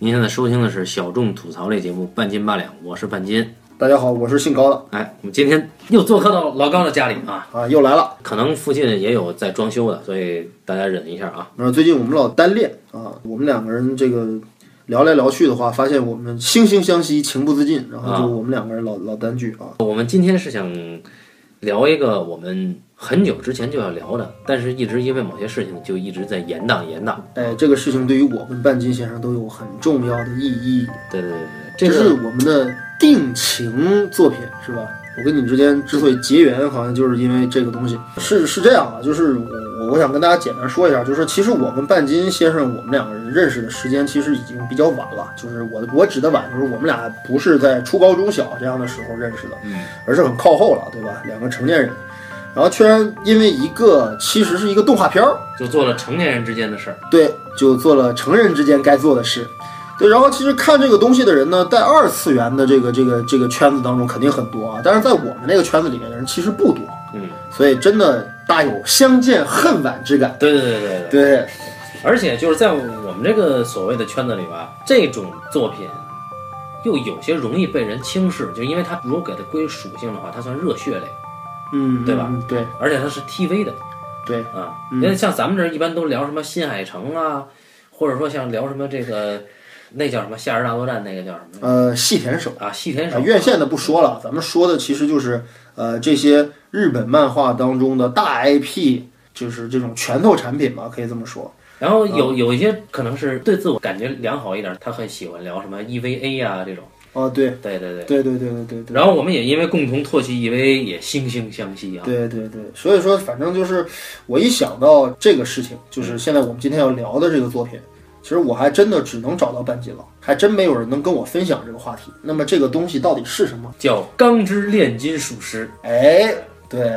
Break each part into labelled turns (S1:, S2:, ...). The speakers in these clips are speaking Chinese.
S1: 您现在收听的是小众吐槽类节目《半斤八两》，我是半斤。
S2: 大家好，我是姓高的
S1: 哎，我们今天又做客到老高的家里啊，
S2: 啊，又来了。
S1: 可能附近也有在装修的，所以大家忍一下啊。
S2: 然后最近我们老单恋啊，我们两个人这个聊来聊去的话，发现我们惺惺相惜，情不自禁，然后
S1: 啊
S2: 就我们两个人老老单聚啊。
S1: 我们今天是想聊一个我们很久之前就要聊的，但是一直因为某些事情就一直在延宕延宕。
S2: 哎，这个事情对于我跟半斤先生都有很重要的意义，
S1: 对对对对，对这
S2: 是
S1: 个
S2: 我们的定情作品，是吧？我跟你之间之所以结缘，好像就是因为这个东西。是是这样啊，就是我我我想跟大家简单说一下，就是其实我跟半斤先生，我们两个人认识的时间其实已经比较晚了。就是我的我指的晚，就是我们俩不是在初高中小这样的时候认识的，
S1: 嗯
S2: 而是很靠后了，对吧？两个成年人，然后居然因为一个其实是一个动画片儿，
S1: 就做了成年人之间的事儿。
S2: 对，就做了成人之间该做的事。对，然后其实看这个东西的人呢，在二次元的这个这个这个圈子当中肯定很多啊，但是在我们那个圈子里面的人其实不多，
S1: 嗯，
S2: 所以真的大有相见恨晚之感。
S1: 对对对对对。
S2: 对，
S1: 而且就是在我们这个所谓的圈子里吧，这种作品又有些容易被人轻视，就因为它如果给它归属性的话，它算热血类，
S2: 嗯，
S1: 对吧
S2: 嗯？对
S1: 而且它是 TV 的
S2: 对，
S1: 啊。
S2: 嗯
S1: 因为像咱们这儿一般都聊什么新海诚啊，或者说像聊什么这个那叫什么《夏日大作战》那个叫什么
S2: 呃，细田守。
S1: 啊？细田
S2: 啊，
S1: 守
S2: 院线的不说了，咱们说的其实就是呃这些日本漫画当中的大 IP，就是这种拳头产品吧，可以这么说。
S1: 然后有
S2: 嗯
S1: 有一些可能是对自我感觉良好一点，他很喜欢聊什么 EVA 啊这种。
S2: 哦，对
S1: 对对对。
S2: 对对对对对对。
S1: 然后我们也因为共同唾弃 EVA 也惺惺相惜啊。
S2: 对对对，所以说，反正就是我一想到这个事情，就是现在我们今天要聊的这个作品，其实我还真的只能找到半斤了，还真没有人能跟我分享这个话题。那么这个东西到底是什么？
S1: 叫《钢之炼金术师》。
S2: 哎，对，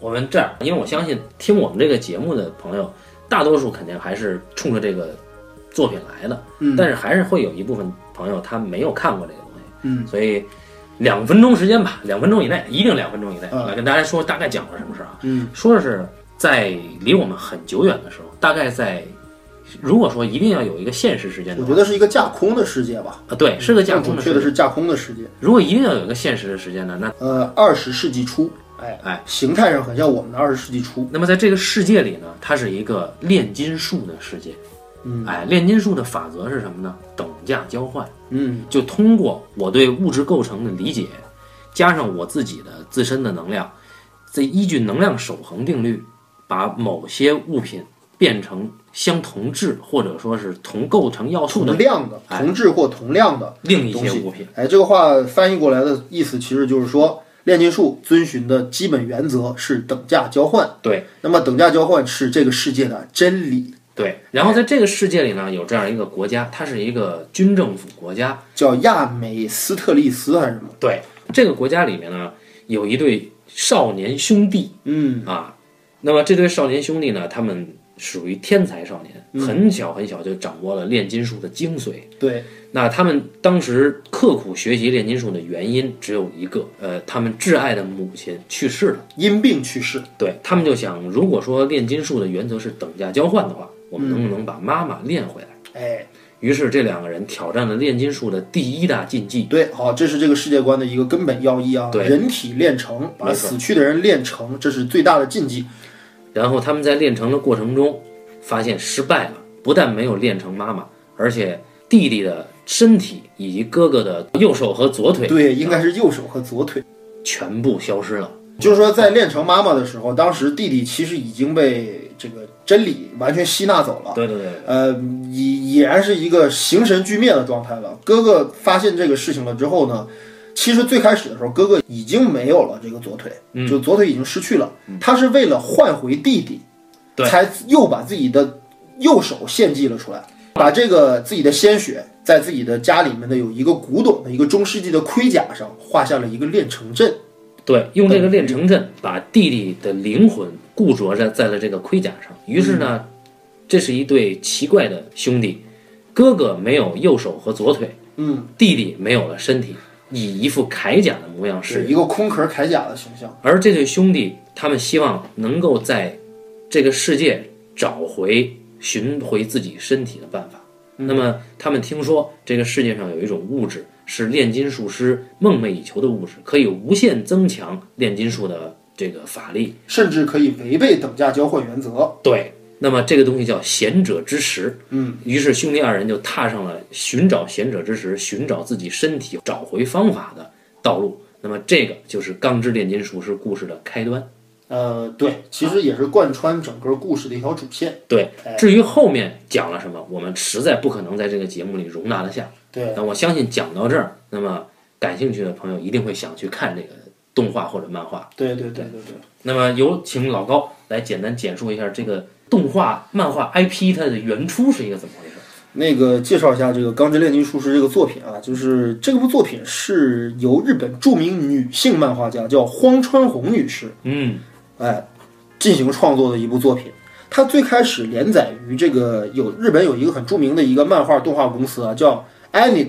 S1: 我们这样，因为我相信听我们这个节目的朋友，大多数肯定还是冲着这个作品来的，
S2: 嗯，
S1: 但是还是会有一部分朋友他没有看过这个东西，
S2: 嗯，
S1: 所以两分钟时间吧，两分钟以内，一定两分钟以内，
S2: 嗯
S1: 来跟大家说大概讲了什么事儿啊？
S2: 嗯
S1: 说的是在离我们很久远的时候，大概在。如果说一定要有一个现实时间的
S2: 我
S1: 话，
S2: 觉得是一个架空的世界吧，嗯
S1: 啊，对，是个架空
S2: 更
S1: 的
S2: 准确
S1: 时
S2: 的
S1: 间。
S2: 是架空的世界。
S1: 如果一定要有一个现实的时间呢，那
S2: 呃，二十世纪初，哎
S1: 哎，
S2: 形态上很像我们的二十世纪初。
S1: 那么在这个世界里呢，它是一个炼金术的世界。
S2: 嗯
S1: 哎，炼金术的法则是什么呢？等价交换，
S2: 嗯
S1: 就通过我对物质构成的理解，加上我自己的自身的能量，再依据能量守恒定律，把某些物品变成相同质或者说是同构成要素
S2: 同
S1: 的
S2: 量的、
S1: 哎
S2: 同质或同量的
S1: 另一
S2: 东
S1: 些
S2: 西
S1: 物品。
S2: 哎，这个话翻译过来的意思其实就是说，炼金术遵循的基本原则是等价交换。
S1: 对
S2: 那么等价交换是这个世界的真理，
S1: 对，然后在这个世界里呢，有这样一个国家，它是一个军政府国家，
S2: 叫亚美斯特利斯还是什么？
S1: 对，这个国家里面呢，有一对少年兄弟
S2: 嗯
S1: 啊。那么这对少年兄弟呢，他们属于天才少年，很小很小就掌握了炼金术的精髓。
S2: 对，
S1: 那他们当时刻苦学习炼金术的原因只有一个，呃，他们挚爱的母亲去世了。
S2: 因病去世。
S1: 对他们就想，如果说炼金术的原则是等价交换的话，我们能不能把妈妈炼回来？
S2: 哎，
S1: 于是这两个人挑战了炼金术的第一大禁忌，
S2: 对，好，这是这个世界观的一个根本要义啊。
S1: 对
S2: 人体炼成，把
S1: 没错
S2: 死去的人炼成，这是最大的禁忌。
S1: 然后他们在炼成的过程中，发现失败了，不但没有炼成妈妈，而且弟弟的身体以及哥哥的右手和左腿
S2: 对，应该是右手和左腿。
S1: 全部消失了。
S2: 就是说，在炼成妈妈的时候，当时弟弟其实已经被这个真理完全吸纳走了。
S1: 对对对，
S2: 呃，已已然是一个形神俱灭的状态了。哥哥发现这个事情了之后呢，其实最开始的时候，哥哥已经没有了这个左腿，就左腿已经失去了。他是为了换回弟弟，
S1: 对
S2: 才又把自己的右手献祭了出来，把这个自己的鲜血在自己的家里面的有一个古董的一个中世纪的盔甲上画下了一个炼成阵。
S1: 对，用这个炼成阵把弟弟的灵魂固着在在了这个盔甲上。于是呢，这是一对奇怪的兄弟，哥哥没有右手和左腿，
S2: 嗯，
S1: 弟弟没有了身体，以一副铠甲的模样示
S2: 是一个空壳铠甲的形象。
S1: 而这对兄弟，他们希望能够在这个世界找回、寻回自己身体的办法。那么他们听说这个世界上有一种物质是炼金术师梦寐以求的物质，可以无限增强炼金术的这个法力。
S2: 甚至可以违背等价交换原则。
S1: 对，那么这个东西叫贤者之石。
S2: 嗯，
S1: 于是兄弟二人就踏上了寻找贤者之石、寻找自己身体、找回方法的道路。那么这个就是《钢之炼金术师》故事的开端。
S2: 呃，对，其实也是贯穿整个故事的一条主线。
S1: 对，至于后面讲了什么，我们实在不可能在这个节目里容纳得下。
S2: 对，
S1: 那我相信讲到这儿，那么感兴趣的朋友一定会想去看这个动画或者漫画。
S2: 对，对，对，对，对。
S1: 那么有请老高来简单简述一下这个动画、漫画 IP 它的原初是一个怎么回事？
S2: 那个介绍一下这个《钢之炼金术师》这个作品啊，就是这部作品是由日本著名女性漫画家叫荒川弘女士
S1: 嗯，
S2: 哎进行创作的一部作品。它最开始连载于这个有日本有一个很著名的一个漫画动画公司啊，叫 Anix。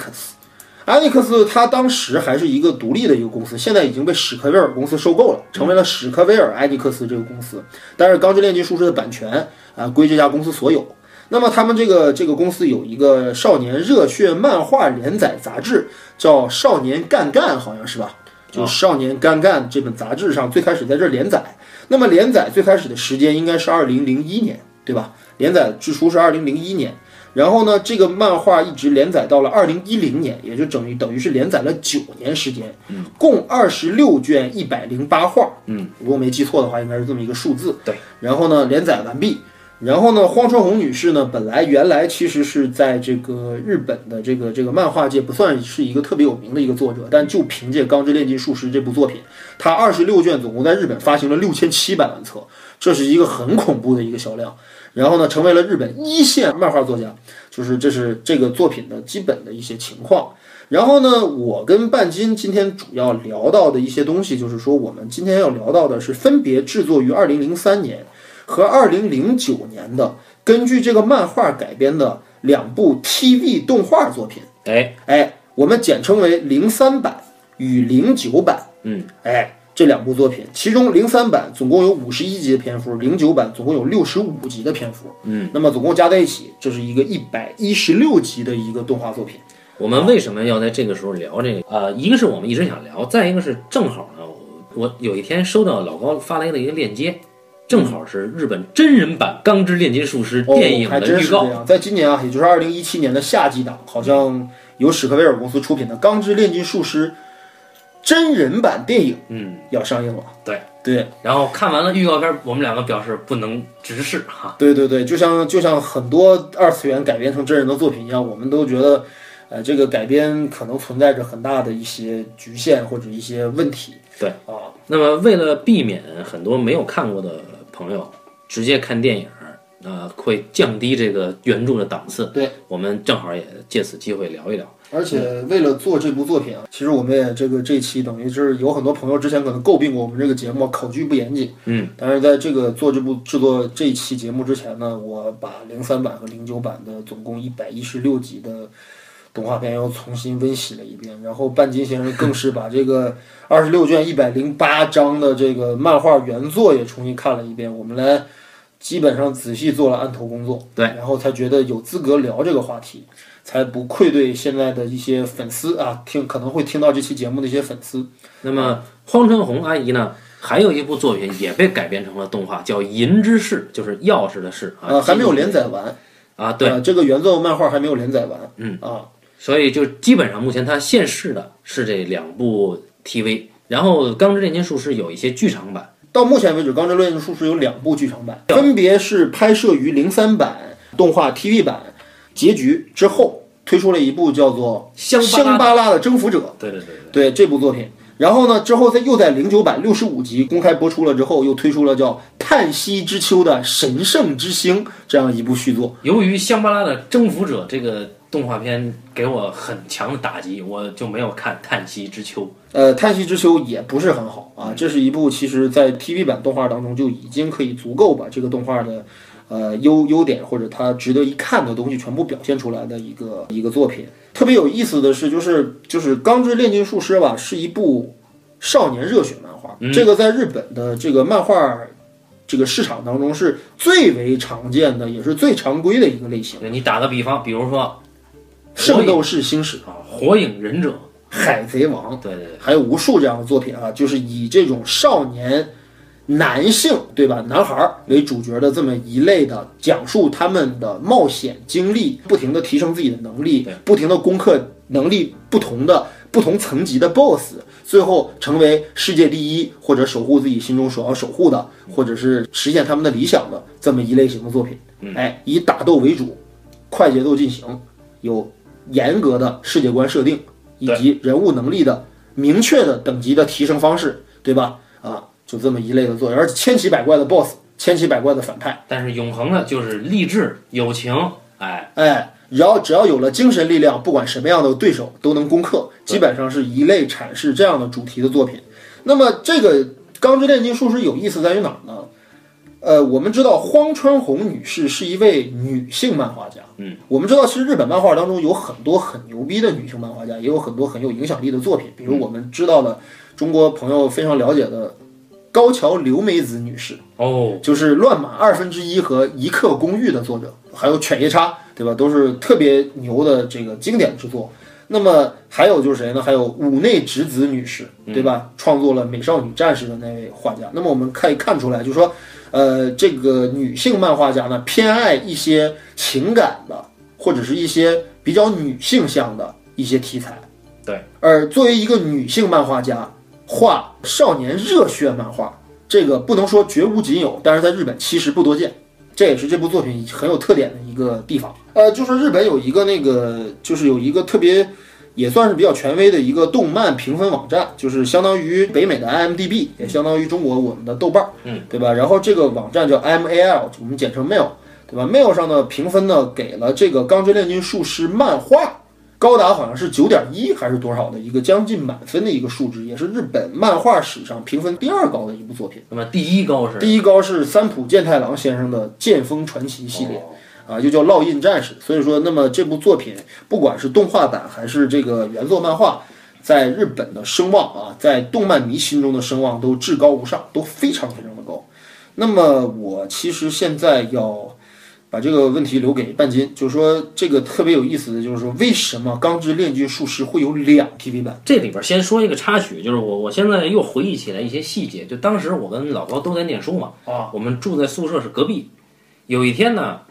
S2: Anix 它当时还是一个独立的一个公司，现在已经被史克威尔公司收购了，成为了史克威尔艾尼克斯这个公司。但是《钢之炼金术师》的版权啊、归这家公司所有。那么他们这个这个公司有一个少年热血漫画连载杂志，叫《少年干干》，好像是吧？就《少年干干》这本杂志上最开始在这儿连载。那么连载最开始的时间应该是二零零一年，对吧？连载之初是二零零一年，然后呢，这个漫画一直连载到了二零一零年，也就等于等于是连载了九年时间，共二十六卷一百零八话，
S1: 嗯，
S2: 如果没记错的话，应该是这么一个数字。
S1: 对，
S2: 然后呢，连载完毕。然后呢，荒川弘女士呢，本来原来其实是在这个日本的这个这个漫画界不算是一个特别有名的一个作者，但就凭借《钢之炼金术师》这部作品，她二十六卷总共在日本发行了六千七百万册，这是一个很恐怖的一个销量。然后呢，成为了日本一线漫画作家，就是这是这个作品的基本的一些情况。然后呢，我跟半斤今天主要聊到的一些东西，就是说我们今天要聊到的是分别制作于二零零三年和二零零九年的，根据这个漫画改编的两部 TV 动画作品。
S1: 哎，
S2: 哎，我们简称为零三版与零九版。
S1: 嗯，
S2: 哎，这两部作品，其中零三版总共有五十一集的篇幅，零九版总共有六十五集的篇幅。
S1: 嗯，
S2: 那么总共加在一起，这是一个一百一十六集的一个动画作品。
S1: 我们为什么要在这个时候聊这个？呃，一个是我们一直想聊，再一个是正好呢，我我有一天收到老高发来的一个链接，正好是日本真人版《钢之炼金术师》电影
S2: 哦、还
S1: 的
S2: 真
S1: 预
S2: 是
S1: 告。
S2: 这样，在今年啊，也就是二零一七年的夏季档，好像由史克威尔公司出品的《钢之炼金术师》真人版电影
S1: 嗯，
S2: 要上映了。
S1: 对
S2: 对，
S1: 然后看完了预告片，我们两个表示不能直视哈。
S2: 对对对，就像就像很多二次元改编成真人的作品一样，我们都觉得，呃，这个改编可能存在着很大的一些局限或者一些问题。
S1: 对
S2: 啊，
S1: 那么，为了避免很多没有看过的朋友直接看电影儿，呃，会降低这个原著的档次。
S2: 对，
S1: 我们正好也借此机会聊一聊。
S2: 而且为了做这部作品啊，其实我们也这个这期等于就是有很多朋友之前可能诟病过我们这个节目考据不严谨，
S1: 嗯，
S2: 但是在这个做这部制作这一期节目之前呢，我把零三版和零九版的总共一百一十六集的动画片又重新温习了一遍，然后半斤先生更是把这个 二十六卷一百零八章的这个漫画原作也重新看了一遍，我们来基本上仔细做了案头工作，
S1: 对
S2: 然后才觉得有资格聊这个话题，才不愧对现在的一些粉丝啊，听可能会听到这期节目的一些粉丝，
S1: 那么，荒川弘阿姨呢，还有一部作品也被改编成了动画，叫《银之匙》，就是钥匙的匙啊，
S2: 呃，还没有连载完，
S1: 啊。对，
S2: 呃这个原作漫画还没有连载完，嗯啊，
S1: 所以就基本上目前它现世的是这两部 TV，然后《钢之炼金术师》有一些剧场版。
S2: 到目前为止，《钢之炼金术师》有两部剧场版，分别是拍摄于零三版动画 TV 版结局之后，推出了一部叫做
S1: 香
S2: 《
S1: 巴拉
S2: 香巴拉的征服者》
S1: 对对对对。
S2: 对这部作品。然后呢，之后在又在零九版六十五集公开播出了之后，又推出了叫《叹息之秋的神圣之星》这样一部续作。
S1: 由于《香巴拉的征服者》这个动画片给我很强的打击，我就没有看《叹息之秋》。
S2: 呃，《叹息之秋》也不是很好啊，这是一部其实在 TV 版动画当中就已经可以足够把这个动画的呃优优点或者它值得一看的东西全部表现出来的一个一个作品。特别有意思的是，就是就是《钢之炼金术师》吧，是一部少年热血漫画，这个在日本的这个漫画这个市场当中是最为常见的，也是最常规的一个类型。
S1: 你打个比方，比如说啊，
S2: 圣斗士星矢、
S1: 《火影忍者
S2: 海贼王》，》，
S1: 对对对，
S2: 还有无数这样的作品啊，就是以这种少年男性对吧，男孩儿为主角的这么一类的讲述他们的冒险经历，不停的提升自己的能力
S1: 对，
S2: 不停的攻克能力不同的不同层级的 BOSS，最后成为世界第一，或者守护自己心中所要守护的，或者是实现他们的理想的这么一类型的作品。哎，以打斗为主，快节奏进行，有严格的世界观设定以及人物能力的明确的等级的提升方式，对吧？啊，就这么一类的作品，而且千奇百怪的 BOSS，千奇百怪的反派，
S1: 但是永恒的就是励志、友情，哎，
S2: 哎，只要只要有了精神力量，不管什么样的对手都能攻克，基本上是一类阐释这样的主题的作品。那么这个《钢之炼金术师》有意思在于哪儿呢？呃，我们知道荒川弘女士是一位女性漫画家。嗯，我们知道，其实日本漫画当中有很多很牛逼的女性漫画家，也有很多很有影响力的作品。比如我们知道了中国朋友非常了解的高桥留美子女士，
S1: 哦，
S2: 就是《乱马二分之一》和《一刻公寓》的作者，还有《犬夜叉》，对吧？都是特别牛的这个经典之作。那么还有就是谁呢？还有五内直子女士，对吧？创作了《美少女战士》的那位画家。那么我们可以看出来，就是说，呃，这个女性漫画家呢，偏爱一些情感的，或者是一些比较女性向的一些题材。
S1: 对，
S2: 而作为一个女性漫画家，画少年热血漫画，这个不能说绝无仅有，但是在日本其实不多见，这也是这部作品很有特点的一个地方。呃，就说日本有一个那个，就是有一个特别，也算是比较权威的一个动漫评分网站，就是相当于北美的 IMDB，也相当于中国我们的豆瓣儿，
S1: 嗯，
S2: 对吧？然后这个网站叫 MAL，我们简称 Mail，对吧？Mail 上的评分呢，给了这个《钢之炼金术师》漫画高达好像是九点一还是多少的一个将近满分的一个数值，也是日本漫画史上评分第二高的一部作品。
S1: 那么第一高是
S2: 第一高是三浦健太郎先生的《剑锋传奇》系列，啊，又叫《烙印战士》。所以说，那么这部作品不管是动画版还是这个原作漫画，在日本的声望啊，在动漫迷心中的声望都至高无上，都非常非常的高。那么我其实现在要把这个问题留给半斤，就是说这个特别有意思的就是说，为什么《钢之炼金术师》会有两 TV 版？
S1: 这里边先说一个插曲，就是我我现在又回忆起来一些细节，就当时我跟老高都在念书嘛，
S2: 啊，
S1: 我们住在宿舍是隔壁，有一天呢，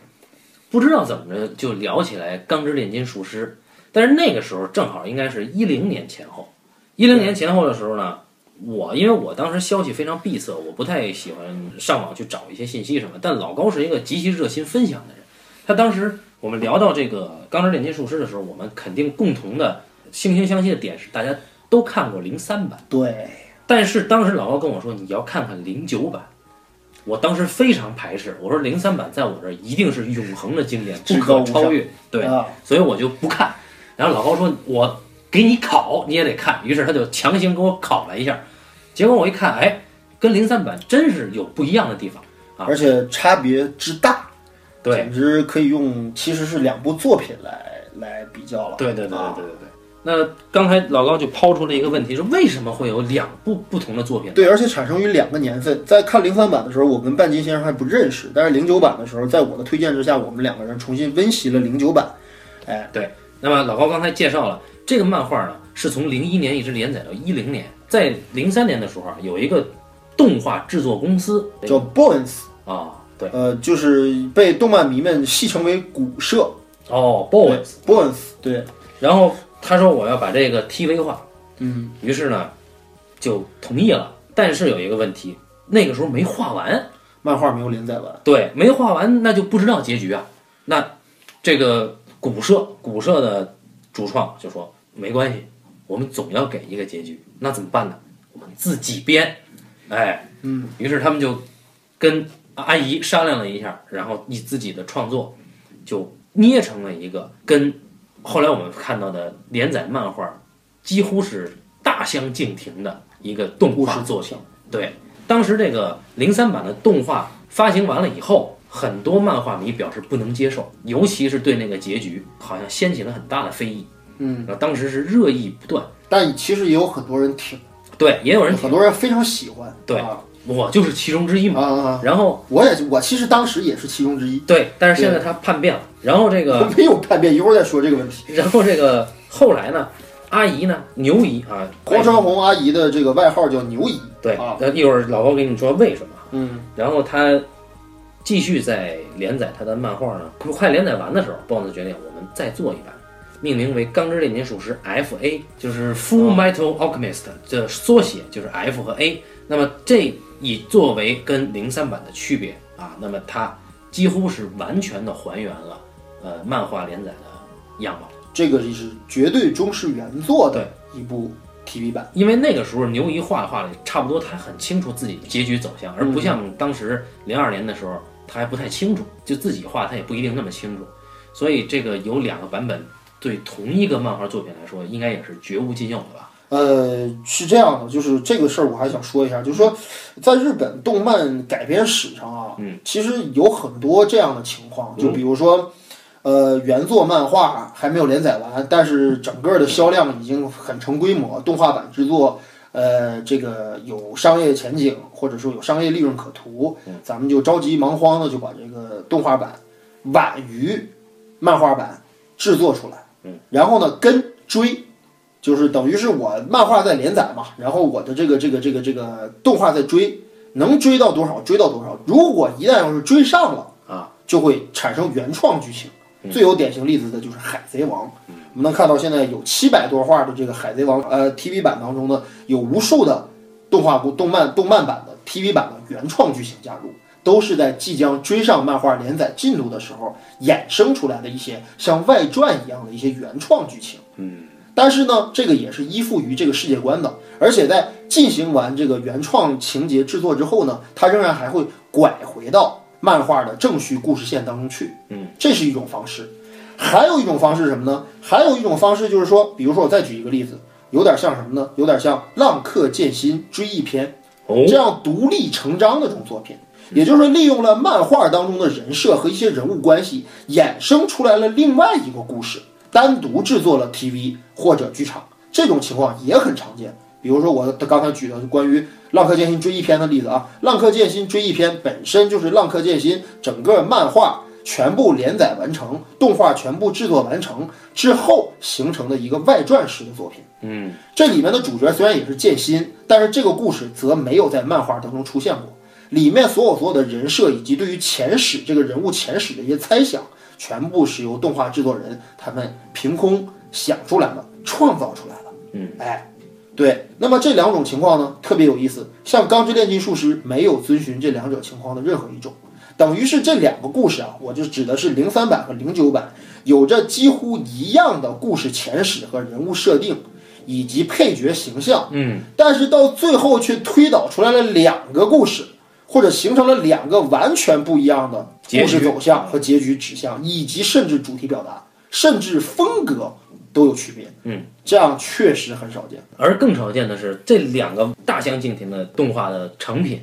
S1: 不知道怎么着就聊起来《钢之炼金术师》，但是那个时候正好应该是一零年前后，一零年前后的时候呢。我因为我当时消息非常闭塞，我不太喜欢上网去找一些信息什么。但老高是一个极其热心分享的人，他当时我们聊到这个《钢之炼金术师》的时候，我们肯定共同的惺惺相惜的点是，大家都看过零三版。
S2: 对，
S1: 但是当时老高跟我说你要看看零九版，我当时非常排斥，我说零三版在我这儿一定是永恒的经典，不
S2: 至高
S1: 可
S2: 无上
S1: 超越，对，
S2: 啊，
S1: 所以我就不看。然后老高说我给你考你也得看，于是他就强行给我考了一下，结果我一看，哎，跟零三版真是有不一样的地方。啊
S2: 而且差别之大。
S1: 对，
S2: 简直可以用其实是两部作品来来比较了。
S1: 对对对对
S2: 啊
S1: 对对对。那刚才老高就抛出了一个问题，是为什么会有两部不同的作品？
S2: 对，而且产生于两个年份。在看零三版的时候，我跟半斤先生还不认识，但是零九版的时候，在我的推荐之下，我们两个人重新温习了零九版。
S1: 那么老高刚才介绍了这个漫画呢，是从零一年一直连载到一零年，在零三年的时候啊，有一个动画制作公司
S2: 叫 Bones，
S1: 啊，对，
S2: 呃，就是被动漫迷们戏称为“古社
S1: 哦，Boy，
S2: ”Bones，对，
S1: 然后他说我要把这个 TV 化，
S2: 嗯，
S1: 于是呢就同意了，但是有一个问题，那个时候没画完，
S2: 漫画没有连载完。
S1: 对，没画完那就不知道结局啊。那这个古社古社的主创就说没关系，我们总要给一个结局，那怎么办呢？我们自己编，哎。
S2: 嗯，
S1: 于是他们就跟阿姨商量了一下，然后以自己的创作就捏成了一个跟后来我们看到的连载漫画几乎是大相径庭的一个动
S2: 故
S1: 画
S2: 事
S1: 作品。对，当时这个零三版的动画发行完了以后，很多漫画迷表示不能接受，尤其是对那个结局好像掀起了很大的非议。
S2: 嗯，
S1: 然后当时是热议不断，
S2: 但其实也有很多人挺，
S1: 对，也有人
S2: 很多人非常喜欢。
S1: 对
S2: 啊，
S1: 我就是其中之一嘛。
S2: 啊啊啊！
S1: 然后
S2: 我也我其实当时也是其中之一，
S1: 对，但是现在他叛变了，然后这
S2: 我
S1: 个，
S2: 没有叛变，一会儿再说这个问题。
S1: 然后这个后来呢，阿姨呢，牛姨啊，
S2: 黄长红阿姨的这个外号叫牛姨，
S1: 对
S2: 啊，
S1: 那一会儿老高给你说为什么。
S2: 嗯
S1: 然后他继续在连载他的漫画呢，快连载完的时候，BOSS 决定我们再做一版，命名为《钢之炼金术师 F.A.》，就是 Full Metal Alchemist 的缩写，就是 F 和 A。那么这以作为跟零三版的区别啊，那么它几乎是完全的还原了呃漫画连载的样貌，
S2: 这个是绝对中式原作的一部 TV 版，
S1: 因为那个时候牛一画画的差不多，他很清楚自己结局走向，而不像当时零二年的时候，他还不太清楚，就自己画他也不一定那么清楚。所以这个有两个版本，对同一个漫画作品来说，应该也是绝无仅有的吧？
S2: 呃，是这样的，就是这个事儿我还想说一下，就是说，在日本动漫改编史上啊，
S1: 嗯，
S2: 其实有很多这样的情况，就比如说，呃，原作漫画还没有连载完，但是整个的销量已经很成规模，动画版制作。呃，这个有商业前景，或者说有商业利润可图，
S1: 嗯
S2: 咱们就着急忙慌的就把这个动画版晚于漫画版制作出来，嗯，然后呢跟追就是等于是我漫画在连载嘛，然后我的这个这个这个这个动画在追，能追到多少追到多少。如果一旦要是追上了
S1: 啊，
S2: 就会产生原创剧情。最有典型例子的就是《海贼王》，我们能看到现在有七百多话的这个《海贼王》呃 TV 版当中呢，有无数的动画部、动漫、动漫版的 TV 版的原创剧情加入，都是在即将追上漫画连载进度的时候衍生出来的一些像外传一样的一些原创剧情。但是呢，这个也是依附于这个世界观的，而且在进行完这个原创情节制作之后呢，它仍然还会拐回到漫画的正序故事线当中去。
S1: 嗯，
S2: 这是一种方式。还有一种方式是什么呢？还有一种方式就是说，比如说我再举一个例子，有点像什么呢？有点像《浪客剑心追忆篇》
S1: 哦，
S2: 这样独立成章的这种作品。也就是说，利用了漫画当中的人设和一些人物关系，衍生出来了另外一个故事，单独制作了 TV 或者剧场。这种情况也很常见。比如说我刚才举的关于《浪客剑心追忆篇》的例子啊，《浪客剑心追忆篇》本身就是《浪客剑心》啊整个漫画全部连载完成，动画全部制作完成之后形成的一个外传式的作品。
S1: 嗯，
S2: 这里面的主角虽然也是剑心，但是这个故事则没有在漫画当中出现过。里面所有所有的人设以及对于前史这个人物前史的一些猜想，全部是由动画制作人他们凭空想出来的、创造出来的。
S1: 嗯，
S2: 哎，对。那么这两种情况呢，特别有意思。像《钢之炼金术师》没有遵循这两者情况的任何一种，等于是这两个故事啊，我就指的是零三版和零九版，有着几乎一样的故事前史和人物设定。以及配角形象，
S1: 嗯，
S2: 但是到最后却推导出来了两个故事，或者形成了两个完全不一样的故
S1: 结
S2: 事
S1: 局
S2: 走向和结局指向，以及甚至主题表达，甚至风格都有区别。
S1: 嗯，
S2: 这样确实很少见。
S1: 而更少见的是，这两个大相径庭的动画的成品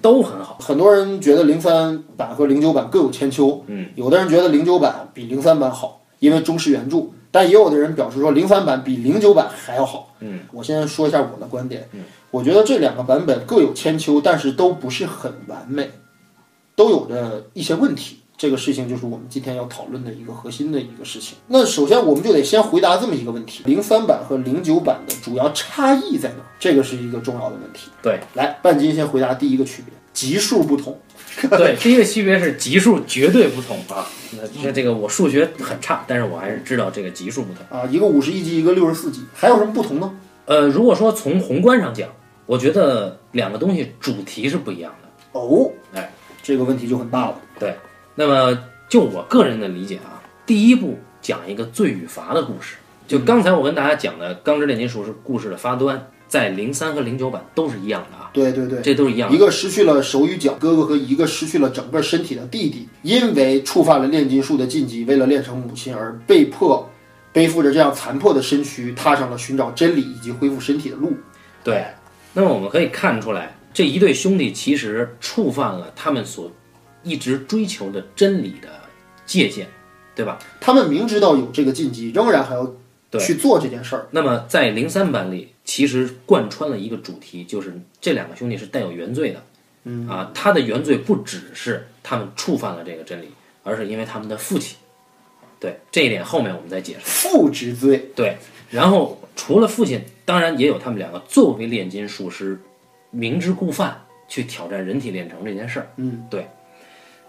S1: 都很好。
S2: 很多人觉得零三版和零九版各有千秋，
S1: 嗯，
S2: 有的人觉得零九版比零三版好，因为中式原著，但也有的人表示说零三版比零九版还要好。
S1: 嗯，
S2: 我先说一下我的观点，嗯，我觉得这两个版本各有千秋，但是都不是很完美，都有着一些问题。这个事情就是我们今天要讨论的一个核心的一个事情。那首先我们就得先回答这么一个问题：零三版和零九版的主要差异在哪？这个是一个重要的问题。
S1: 对
S2: 来，半斤先回答第一个区别，级数不同。
S1: 对，第一个区别是级数绝对不同啊。那这这个我数学很差，但是我还是知道这个级数不同。
S2: 啊，一个五十一级，一个六十四级，还有什么不同呢？
S1: 呃，如果说从宏观上讲，我觉得两个东西主题是不一样的。
S2: 哦，
S1: 哎，
S2: 这个问题就很大了。
S1: 对，那么就我个人的理解啊，第一部讲一个罪与罚的故事，就刚才我跟大家讲的《钢之炼金术师》故事的发端，在零三和零九版都是一样的啊，
S2: 对对对，
S1: 这都是一样
S2: 一
S1: 的。
S2: 个失去了手与脚哥哥和一个失去了整个身体的弟弟，因为触犯了炼金术的禁忌，为了炼成母亲而被迫背负着这样残破的身躯，踏上了寻找真理以及恢复身体的路。
S1: 对，那么我们可以看出来，这一对兄弟其实触犯了他们所一直追求的真理的界限，对吧？
S2: 他们明知道有这个禁忌，仍然还要
S1: 对
S2: 去做这件事儿。
S1: 那么在零三版里，其实贯穿了一个主题，就是这两个兄弟是带有原罪的。
S2: 嗯
S1: 啊，他的原罪不只是他们触犯了这个真理，而是因为他们的父亲。对这一点，后面我们再解释。
S2: 父之罪，
S1: 对，然后除了父亲，当然也有他们两个作为炼金术师，明知故犯去挑战人体炼成这件事儿。
S2: 嗯，
S1: 对。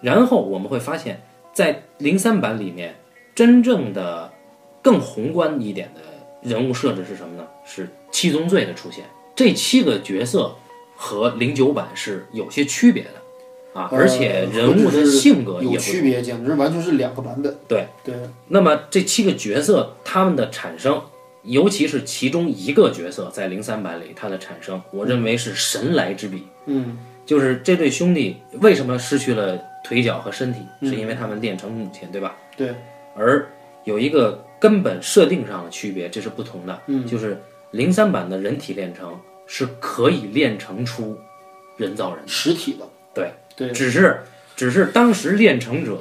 S1: 然后我们会发现，在零三版里面，真正的更宏观一点的人物设置是什么呢？是七宗罪的出现。这七个角色和零九版是有些区别的
S2: 呃
S1: 啊，而且人物的性格
S2: 有
S1: 也不
S2: 区别，简直完全是两个版本。
S1: 对
S2: 对，
S1: 那么这七个角色他们的产生，尤其是其中一个角色在零三版里他的产生，我认为是神来之笔。
S2: 嗯
S1: 就是这对兄弟为什么失去了腿脚和身体，是因为他们练成母亲，对吧？
S2: 对。
S1: 而有一个根本设定上的区别，这是不同的。嗯，就是零三版的人体炼成是可以炼成出人造人的。
S2: 实体的，
S1: 对
S2: 对，
S1: 只是只是当时练成者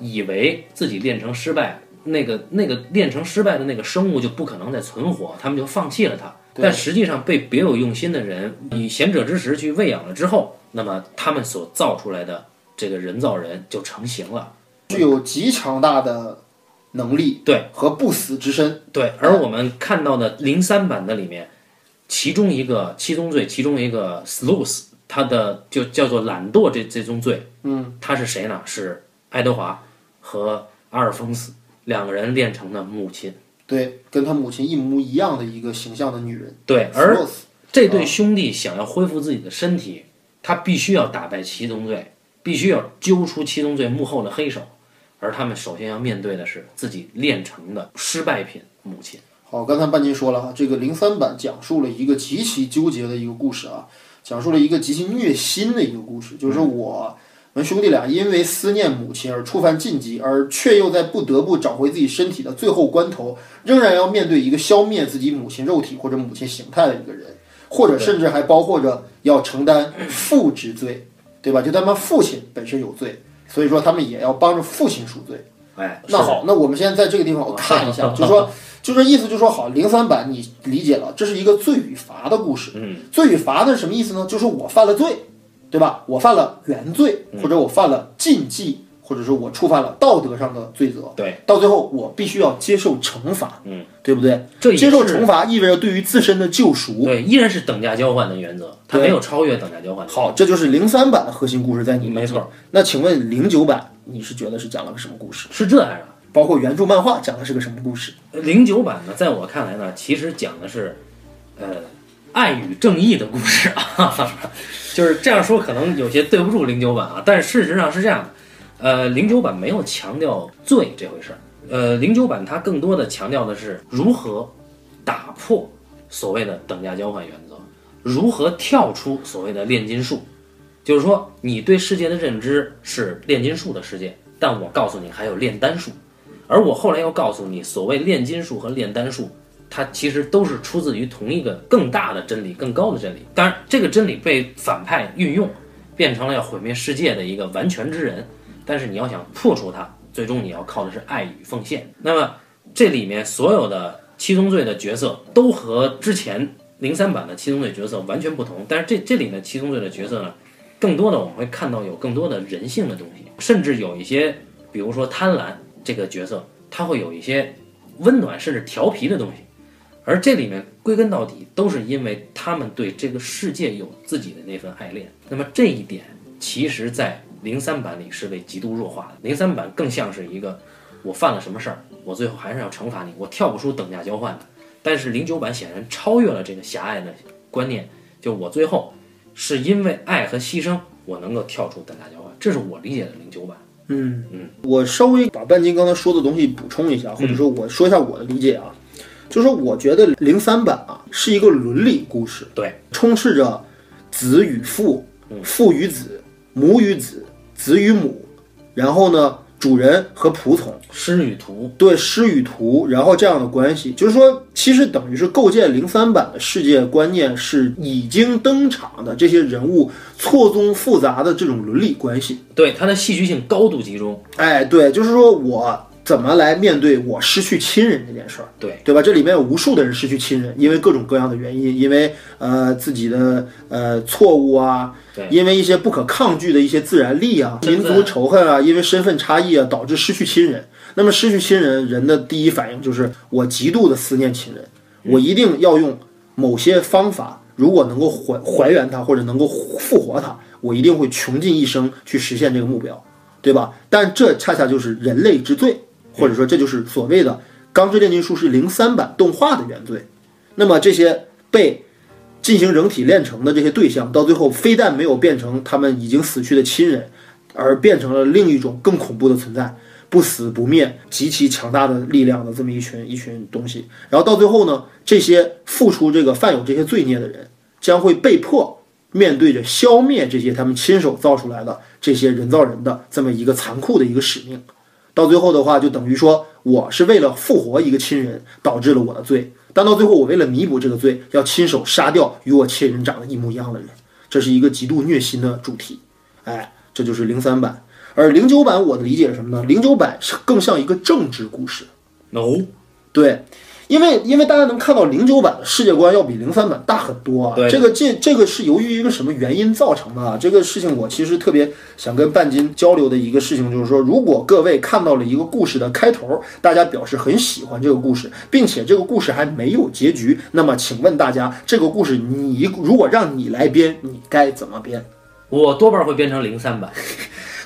S1: 以为自己练成失败了，那个那个练成失败的那个生物就不可能再存活，他们就放弃了它。但实际上被别有用心的人以贤者之石去喂养了之后，那么他们所造出来的这个人造人就成型了。
S2: 具有极强大的能力，
S1: 对
S2: 和不死之身，
S1: 对，而我们看到的零三版的里面，其中一个七宗罪，其中一个 Sleuth，他的就叫做懒惰这这宗罪，嗯，他是谁呢？是爱德华和阿尔丰斯两个人练成的母亲。
S2: 对，跟他母亲一模一样的一个形象的女人，
S1: 对，而
S2: Sloth，
S1: 这对兄弟想要恢复自己的身体，他必须要打败七宗罪，必须要揪出七宗罪幕后的黑手，而他们首先要面对的是自己练成的失败品母亲。
S2: 好，刚才半斤说了哈，这个零三版讲述了一个极其纠结的一个故事啊，讲述了一个极其虐心的一个故事，就是说我们兄弟俩因为思念母亲而触犯禁忌，而却又在不得不找回自己身体的最后关头，仍然要面对一个消灭自己母亲肉体或者母亲形态的一个人，或者甚至还包括着要承担父之罪，对吧？就他们父亲本身有罪，所以说他们也要帮着父亲赎罪。
S1: 哎，
S2: 那好，那我们现在在这个地方我看 一下，就说就说意思就说好，零三版你理解了，这是一个罪与罚的故事。嗯，罪与罚的是什么意思呢？就说我犯了罪，对吧？我犯了原罪，
S1: 嗯
S2: 或者我犯了禁忌，或者说我触犯了道德上的罪责。
S1: 对，
S2: 到最后我必须要接受惩罚。嗯，对不对？
S1: 这也
S2: 接受
S1: 是
S2: 惩罚意味着对于自身的救赎。
S1: 对，依然是等价交换的原则，它没有超越等价交换的。
S2: 好，，这就是零三版的核心故事在你
S1: 没错。
S2: 那请问零九版你是觉得是讲了个什么故事？
S1: 是这样的。
S2: 包括原著漫画讲的是个什么故事？
S1: 零九版呢，在我看来呢，其实讲的是，呃，爱与正义的故事啊， 就是这样说可能有些对不住零九版啊，但是事实上是这样的，呃，零九版没有强调罪这回事儿，呃，零九版它更多的强调的是如何打破所谓的等价交换原则，如何跳出所谓的炼金术，就是说你对世界的认知是炼金术的世界，但我告诉你还有炼丹术。而我后来又告诉你，所谓炼金术和炼丹术，它其实都是出自于同一个更大的真理、更高的真理。当然，这个真理被反派运用，变成了要毁灭世界的一个完全之人。但是你要想破除它，最终你要靠的是爱与奉献。那么这里面所有的七宗罪的角色都和之前零三版的七宗罪角色完全不同，但是这这里面七宗罪的角色呢，更多的我们会看到有更多的人性的东西，甚至有一些，比如说贪婪这个角色，他会有一些温暖甚至调皮的东西，而这里面归根到底都是因为他们对这个世界有自己的那份爱恋。那么这一点，其实在零三版里是被极度弱化的，零三版更像是一个我犯了什么事儿，我最后还是要惩罚你，我跳不出等价交换的。但是零九版显然超越了这个狭隘的观念，就我最后是因为爱和牺牲，我能够跳出等价交换，这是我理解的零九版。
S2: 我稍微把半斤刚才说的东西补充一下，或者说我说一下我的理解啊，就是说我觉得零三版啊是一个伦理故事，
S1: 对，
S2: 充斥着子与父、父与子、母与子、子与母，然后呢，主人和仆从。
S1: 师与徒，
S2: 对师与徒，然后这样的关系，就是说，其实等于是构建零三版的世界观念是已经登场的这些人物错综复杂的这种伦理关系。
S1: 对它的戏剧性高度集中。
S2: 哎，对，就是说我怎么来面对我失去亲人这件事儿，
S1: 对
S2: 对吧？这里面有无数的人失去亲人，因为各种各样的原因，因为呃自己的呃错误啊，
S1: 对
S2: 因为一些不可抗拒的一些自然力啊、
S1: 身
S2: 民
S1: 份
S2: 族仇恨啊，因为身份差异啊，导致失去亲人。那么失去亲人，人的第一反应就是我极度的思念亲人，我一定要用某些方法，如果能够还还原它或者能够复活它，我一定会穷尽一生去实现这个目标，对吧？但这恰恰就是人类之最，或者说这就是所谓的《钢之炼金术士》零三版动画的原罪。那么这些被进行人体炼成的这些对象，到最后非但没有变成他们已经死去的亲人，而变成了另一种更恐怖的存在，不死不灭、极其强大的力量的这么一群一群东西。然后到最后呢，这些付出这个犯有这些罪孽的人，将会被迫面对着消灭这些他们亲手造出来的这些人造人的这么一个残酷的一个使命。到最后的话，就等于说我是为了复活一个亲人，导致了我的罪。但到最后，我为了弥补这个罪，要亲手杀掉与我亲人长得一模一样的人，这是一个极度虐心的主题。哎，这就是零三版。而零九版，我的理解是什么呢？零九版是更像一个政治故事，
S1: ，no，
S2: 对，因为因为大家能看到零九版的世界观要比零三版大很多啊。
S1: 对
S2: 这个这这个是由于一个什么原因造成的啊？这个事情我其实特别想跟半斤交流的一个事情就是说，如果各位看到了一个故事的开头，大家表示很喜欢这个故事，并且这个故事还没有结局，那么请问大家，这个故事你如果让你来编，你该怎么编？
S1: 我多半会变成零三版，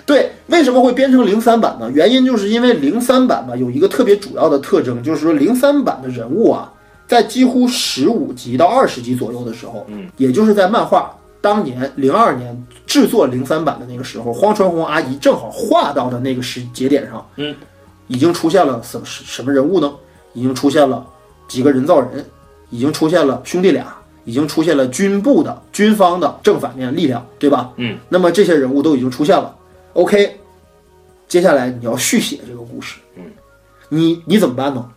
S2: 对，为什么会编成零三版呢？原因就是因为零三版吧有一个特别主要的特征，就是说零三版的人物啊，在几乎十五集到二十集左右的时候，嗯，也就是在漫画当年零二年制作零三版的那个时候，荒川弘阿姨正好画到的那个时节点上，
S1: 嗯，
S2: 已经出现了什么什么人物呢？已经出现了几个人造人，已经出现了兄弟俩，已经出现了军部的军方的正反面力量，对吧？
S1: 嗯，
S2: 那么这些人物都已经出现了。OK，接下来你要续写这个故事，嗯，你你怎么办呢？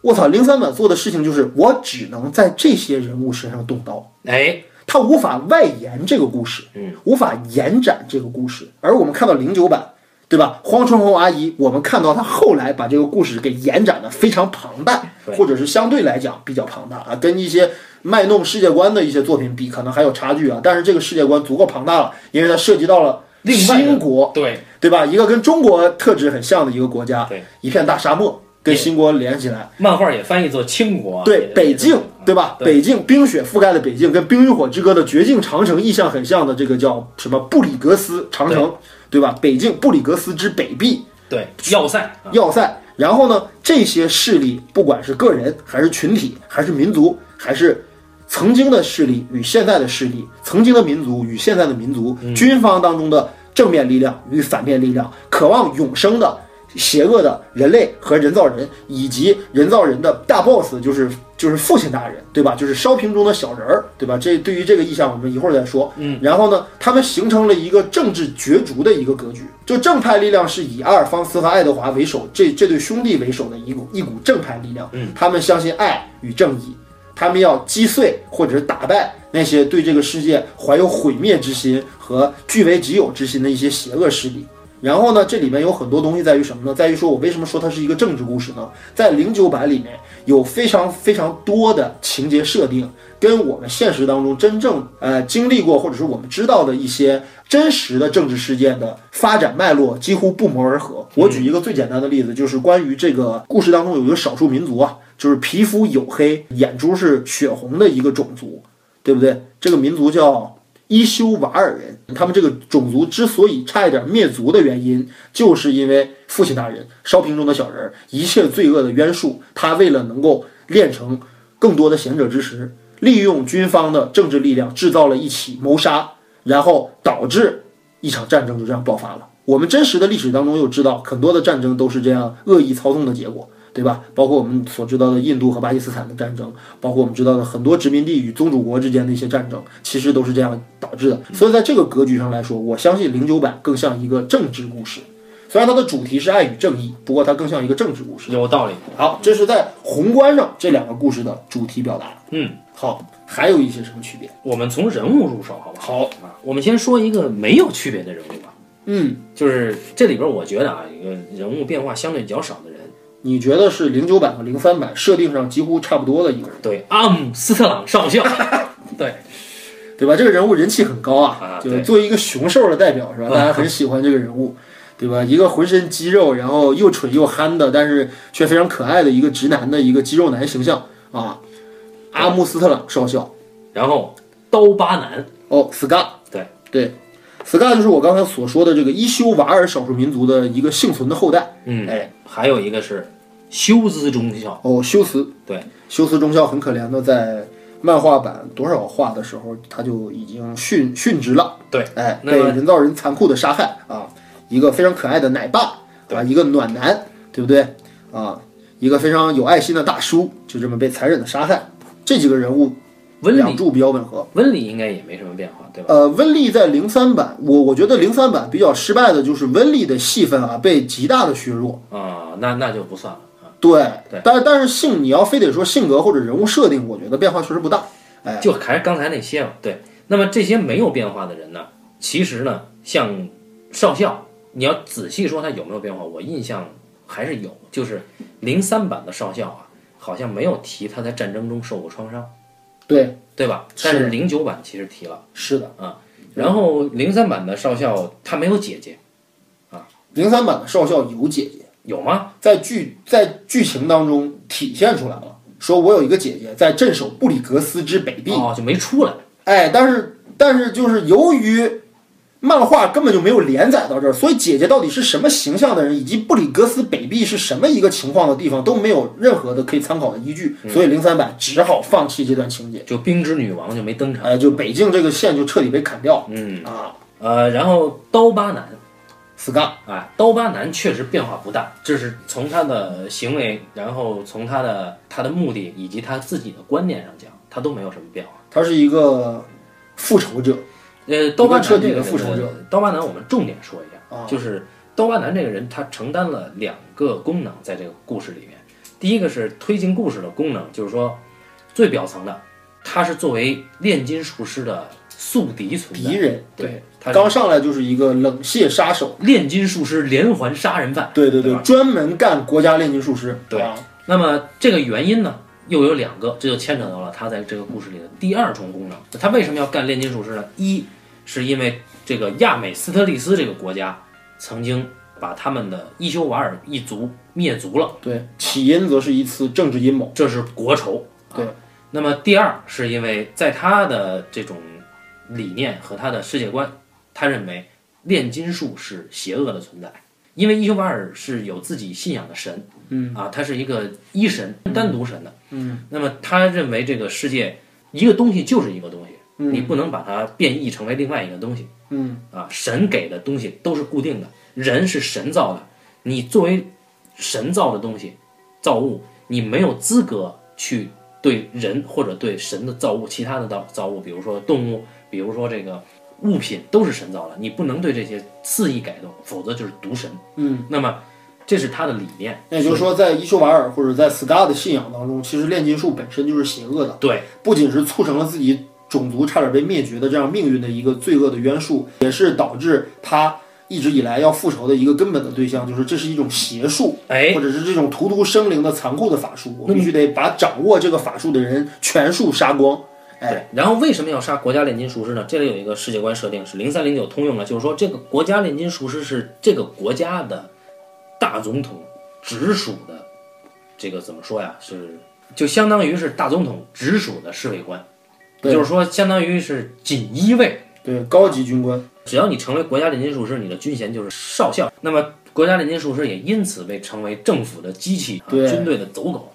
S2: 我操，零三版做的事情就是我只能在这些人物身上动刀，
S1: 哎，
S2: 它无法外延这个故事，
S1: 嗯，
S2: 无法延展这个故事。而我们看到零九版，对吧？荒川弘阿姨，我们看到她后来把这个故事给延展的非常庞大，
S1: 对
S2: 或者是相对来讲比较庞大啊，跟一些卖弄世界观的一些作品比，可能还有差距啊。但是这个世界观足够庞大了，因为它涉及到了
S1: 另外的
S2: 新国，
S1: 对，
S2: 对吧？一个跟中国特质很像的一个国家
S1: 对，
S2: 一片大沙漠，跟新国联系起来。
S1: 漫画也翻译作清国啊，
S2: 对
S1: 也
S2: 北京，对吧？
S1: 嗯对
S2: 北京冰雪覆盖的北京，跟《冰与火之歌》的绝境长城意象很像的，这个叫什么布里格斯长城，对吧？北京布里格斯之北壁
S1: 对要塞啊，
S2: 要塞。然后呢，这些势力，不管是个人还是群体，还是民族，还是曾经的势力与现在的势力，曾经的民族与现在的民族，军方当中的正面力量与反面力量，渴望永生的邪恶的人类和人造人，以及人造人的大 boss 就是就是父亲大人，对吧？就是烧瓶中的小人儿，对吧？这对于这个意象，我们一会儿再说。嗯，然后呢，他们形成了一个政治角逐的一个格局，就正派力量是以阿尔方斯和爱德华为首，这这对兄弟为首的一股一股正派力量。嗯，他们相信爱与正义，他们要击碎或者是打败那些对这个世界怀有毁灭之心和据为己有之心的一些邪恶势力。然后呢，这里面有很多东西在于什么呢？在于说我为什么说它是一个政治故事呢？在零九版里面有非常非常多的情节设定，跟我们现实当中真正呃经历过或者是我们知道的一些真实的政治事件的发展脉络几乎不谋而合。我举一个最简单的例子，就是关于这个故事当中有一个少数民族啊，就是皮肤黝黑、眼珠是血红的一个种族，对不对？这个民族叫伊修瓦尔人，他们这个种族之所以差一点灭族的原因，就是因为父亲大人烧瓶中的小人儿，一切罪恶的冤束，他为了能够练成更多的贤者之石，利用军方的政治力量制造了一起谋杀，然后导致一场战争就这样爆发了。我们真实的历史当中又知道，很多的战争都是这样恶意操纵的结果，对吧？包括我们所知道的印度和巴基斯坦的战争，包括我们知道的很多殖民地与宗主国之间的一些战争，其实都是这样导致的。所以在这个格局上来说，我相信零九版更像一个政治故事，虽然它的主题是爱与正义，不过它更像一个政治故事。
S1: 有道理，
S2: 好，这是在宏观上这两个故事的主题表达。
S1: 嗯，
S2: 好，还有一些什么区别？
S1: 我们从人物入手，好不好？
S2: 好，
S1: 啊，我们先说一个没有区别的人物吧，
S2: 嗯
S1: 就是这里边我觉得啊，一个人物变化相对较少的人，
S2: 你觉得是零九版和零三版设定上几乎差不多的一个人，
S1: 对，阿姆斯特朗少校，对，
S2: 对吧？这个人物人气很高啊
S1: 啊，
S2: 就
S1: 对
S2: 是作为一个雄兽的代表，是吧？
S1: 啊
S2: 大家很喜欢这个人物，对吧？一个浑身肌肉，然后又蠢又憨的，但是却非常可爱的一个直男的一个肌肉男形象啊，阿姆斯特朗少校。
S1: 然后刀疤 男，
S2: 哦，Scar，
S1: 对
S2: 对，Scar 就是我刚才所说的这个伊修瓦尔少数民族的一个幸存的后代。
S1: 嗯，
S2: 哎，
S1: 还有一个是休兹中校，
S2: 哦，修辞，
S1: 对，
S2: 修辞中校很可怜的，在漫画版多少话的时候，他就已经殉殉职了。
S1: 对，
S2: 哎，
S1: 那
S2: 被
S1: 么
S2: 人造人残酷的杀害啊！一个非常可爱的奶爸啊，一个暖男，对不对啊？一个非常有爱心的大叔，就这么被残忍的杀害。这几个人物
S1: 温
S2: 两
S1: 里，
S2: 柱比较吻合。
S1: 温里应该也没什么变化，对吧？
S2: 呃，温丽在零三版，我我觉得零三版比较失败的就是温丽的戏份啊被极大的削弱。
S1: 啊，那那就不算了啊，
S2: 对，
S1: 对
S2: 但但是性你要非得说性格或者人物设定，我觉得变化确实不大。哎，
S1: 就还是刚才那些嘛，对。那么这些没有变化的人呢，其实呢，像少校，你要仔细说他有没有变化，我印象还是有，就是零三版的少校啊，好像没有提他在战争中受过创伤，
S2: 对，
S1: 对吧？
S2: 是
S1: 但是零九版其实提了，
S2: 是的，
S1: 然后零三版的少校他没有姐姐，
S2: 零三版的少校有姐姐，
S1: 有吗？
S2: 在剧在剧情当中体现出来了，说我有一个姐姐在镇守布里格斯之北壁。
S1: 哦，就没出来。
S2: 哎，但是但是就是由于漫画根本就没有连载到这儿，所以姐姐到底是什么形象的人，以及布里格斯北壁是什么一个情况的地方，都没有任何的可以参考的依据，
S1: 嗯
S2: 所以零三版只好放弃这段情节。
S1: 就冰之女王就没登场。
S2: 哎，就北境这个线就彻底被砍掉
S1: 嗯，
S2: 啊。
S1: 呃，然后刀疤男
S2: Scar，
S1: 啊，刀疤男确实变化不大，这是从他的行为，然后从他的他的目的以及他自己的观念上讲，他都没有什么变化。
S2: 他是一个复仇者，
S1: 呃，刀疤男
S2: 彻
S1: 这个
S2: 底的
S1: 人
S2: 复仇者
S1: 呢，刀疤男我们重点说一下，
S2: 啊
S1: 就是刀疤男这个人，他承担了两个功能，在这个故事里面，第一个是推进故事的功能，就是说最表层的，他是作为炼金术师的宿敌存
S2: 敌
S1: 在，
S2: 人，
S1: 对，他是
S2: 刚上来就是一个冷血杀手，
S1: 炼金术师连环杀人犯。
S2: 对对对，
S1: 对吧
S2: 专门干国家炼金术师，
S1: 对
S2: 啊
S1: 那么这个原因呢，又有两个，这就牵扯到了他在这个故事里的第二重功能。他为什么要干炼金术师呢？一是因为这个亚美斯特利斯这个国家曾经把他们的伊修瓦尔一族灭族了，
S2: 对，起因则是一次政治阴谋。
S1: 这是国仇。啊
S2: 对。
S1: 那么第二是因为在他的这种理念和他的世界观，他认为炼金术是邪恶的存在，因为伊修瓦尔是有自己信仰的神，嗯啊，他是一个一神，单独神的，嗯。那么他认为这个世界一个东西就是一个东西，你不能把它变异成为另外一个东西，嗯啊，神给的东西都是固定的，人是神造的，你作为神造的东西造物，你没有资格去对人或者对神的造物，其他的造造物，比如说动物，比如说这个物品，都是神造的，你不能对这些肆意改动，否则就是渎神。嗯，哎那么这是他的理念，
S2: 那也就是说，在伊修瓦尔或者在 Scar 的信仰当中，其实炼金术本身就是邪恶的，
S1: 对
S2: 不仅是促成了自己种族差点被灭绝的这样命运的一个罪恶的冤束，也是导致他一直以来要复仇的一个根本的对象，就是这是一种邪术，
S1: 哎
S2: 或，者是这种荼毒生灵的残酷的法术，我必须得把掌握这个法术的人全数杀光。哎，
S1: 对。然后为什么要杀国家炼金术师呢？这里有一个世界观设定是零三零九通用的，就是说这个国家炼金术师是这个国家的大总统直属的，这个怎么说呀？是就相当于是大总统直属的侍卫官，也
S2: 对
S1: 就是说相当于是锦衣卫。
S2: 对，高级军官，
S1: 只要你成为国家炼金术师，你的军衔就是少校。那么国家炼金术师也因此被称为政府的机器，啊、
S2: 对
S1: 军队的走狗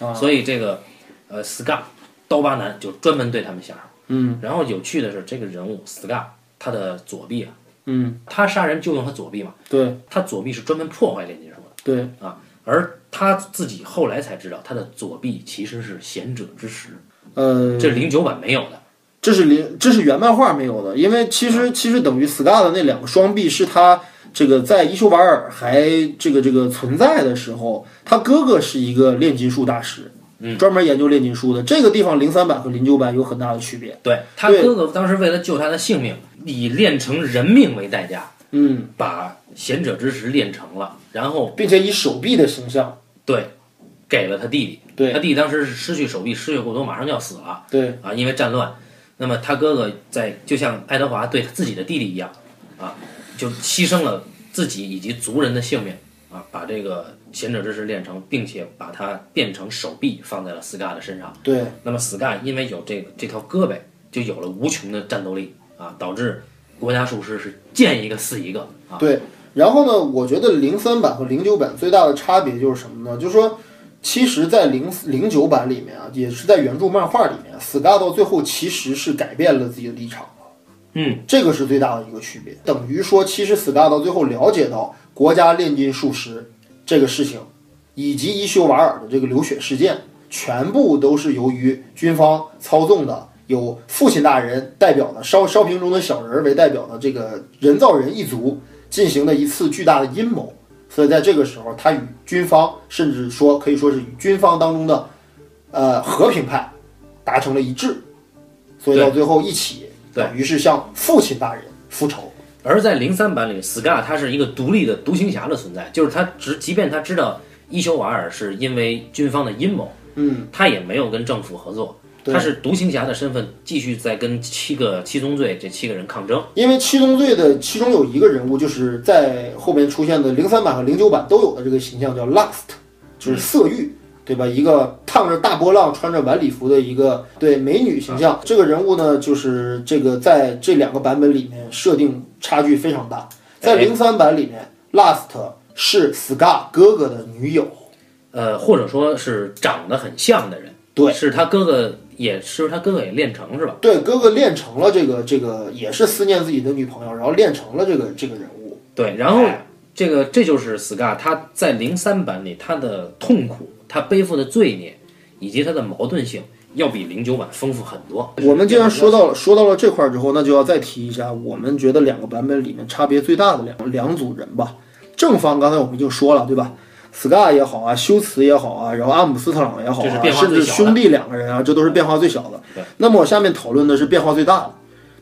S1: 啊。所以这个呃，Scar 刀疤男就专门对他们下手。嗯。然后有趣的是，这个人物 Scar 他的左臂啊，
S2: 嗯，
S1: 他杀人就用他左臂嘛，
S2: 对
S1: 他左臂是专门破坏炼金术
S2: 对，
S1: 的啊。而他自己后来才知道，他的左臂其实是贤者之石，
S2: 呃，
S1: 这零九版没有的。
S2: 这是零，这是原漫画没有的，因为其实其实等于 Scar 的那两个双臂是他这个在伊修瓦尔还这个这个存在的时候，他哥哥是一个炼金术大师，嗯，专门研究炼金术的。这个地方零三版和零九版有很大的区别，
S1: 对他
S2: 对
S1: 哥哥当时为了救他的性命，以炼成人命为代价，
S2: 嗯，
S1: 把贤者之石炼成了，然后
S2: 并且以手臂的形象
S1: 对，给了他弟弟。
S2: 对
S1: 他弟弟当时是失去手臂，失血过多，马上就要死了
S2: 对
S1: 啊，因为战乱。那么他哥哥在就像爱德华对他自己的弟弟一样啊，就牺牲了自己以及族人的性命啊，把这个贤者之石炼成，并且把它变成手臂放在了斯嘎的身上。
S2: 对，
S1: 那么 Sky 因为有这个这条胳膊，就有了无穷的战斗力啊，导致国家术师是见一个死一个啊。
S2: 对，然后呢，我觉得零三版和零九版最大的差别就是什么呢？就是说，其实，在零零九版里面啊，也是在原著漫画里面，Scar 到最后其实是改变了自己的立场的
S1: 嗯，
S2: 这个是最大的一个区别。等于说，其实 Scar 到最后了解到国家炼金术师这个事情，以及伊修瓦尔的这个流血事件，全部都是由于军方操纵的。有父亲大人代表的烧烧瓶中的小人儿为代表的这个人造人一族进行的一次巨大的阴谋，所以在这个时候，他与军方，甚至说可以说是与军方当中的呃和平派达成了一致，所以到最后一起，啊
S1: 对
S2: 等于是向父亲大人复仇。
S1: 而在零三版里，Scar 他是一个独立的独行侠的存在，就是他只即便他知道伊修瓦尔是因为军方的阴谋，
S2: 嗯，
S1: 他也没有跟政府合作，
S2: 对
S1: 他是独行侠的身份继续在跟七个七宗罪这七个人抗争。
S2: 因为七宗罪的其中有一个人物，就是在后面出现的零三版和零九版都有的这个形象叫 Lust，就是色欲，对吧？一个烫着大波浪、穿着晚礼服的一个对美女形象。这个人物呢，就是这个在这两个版本里面设定差距非常大。在零三版里面，Lust 是 Scar 哥哥的女友，
S1: 呃，或者说是长得很像的人，
S2: 对
S1: 是他哥哥也是他哥哥也练成是吧？
S2: 对哥哥练成了这个这个也是思念自己的女朋友，然后练成了这个这个人物。
S1: 对，然后
S2: 哎
S1: 这个这就是 Scar 他在零三版里他的痛苦，他背负的罪孽以及他的矛盾性，要比零九版丰富很多。
S2: 我们既然说到了说到了这块儿之后，那就要再提一下，我们觉得两个版本里面差别最大的两两组人吧。正方刚才我们已经说了，对吧？Scar 也好啊，修辞也好啊，然后阿姆斯特朗也好
S1: 这是
S2: 啊，
S1: 变化
S2: 甚
S1: 最
S2: 至
S1: 小的
S2: 兄弟两个人啊，这都是变化最小
S1: 对
S2: 的。那么我下面讨论的是变化最大的，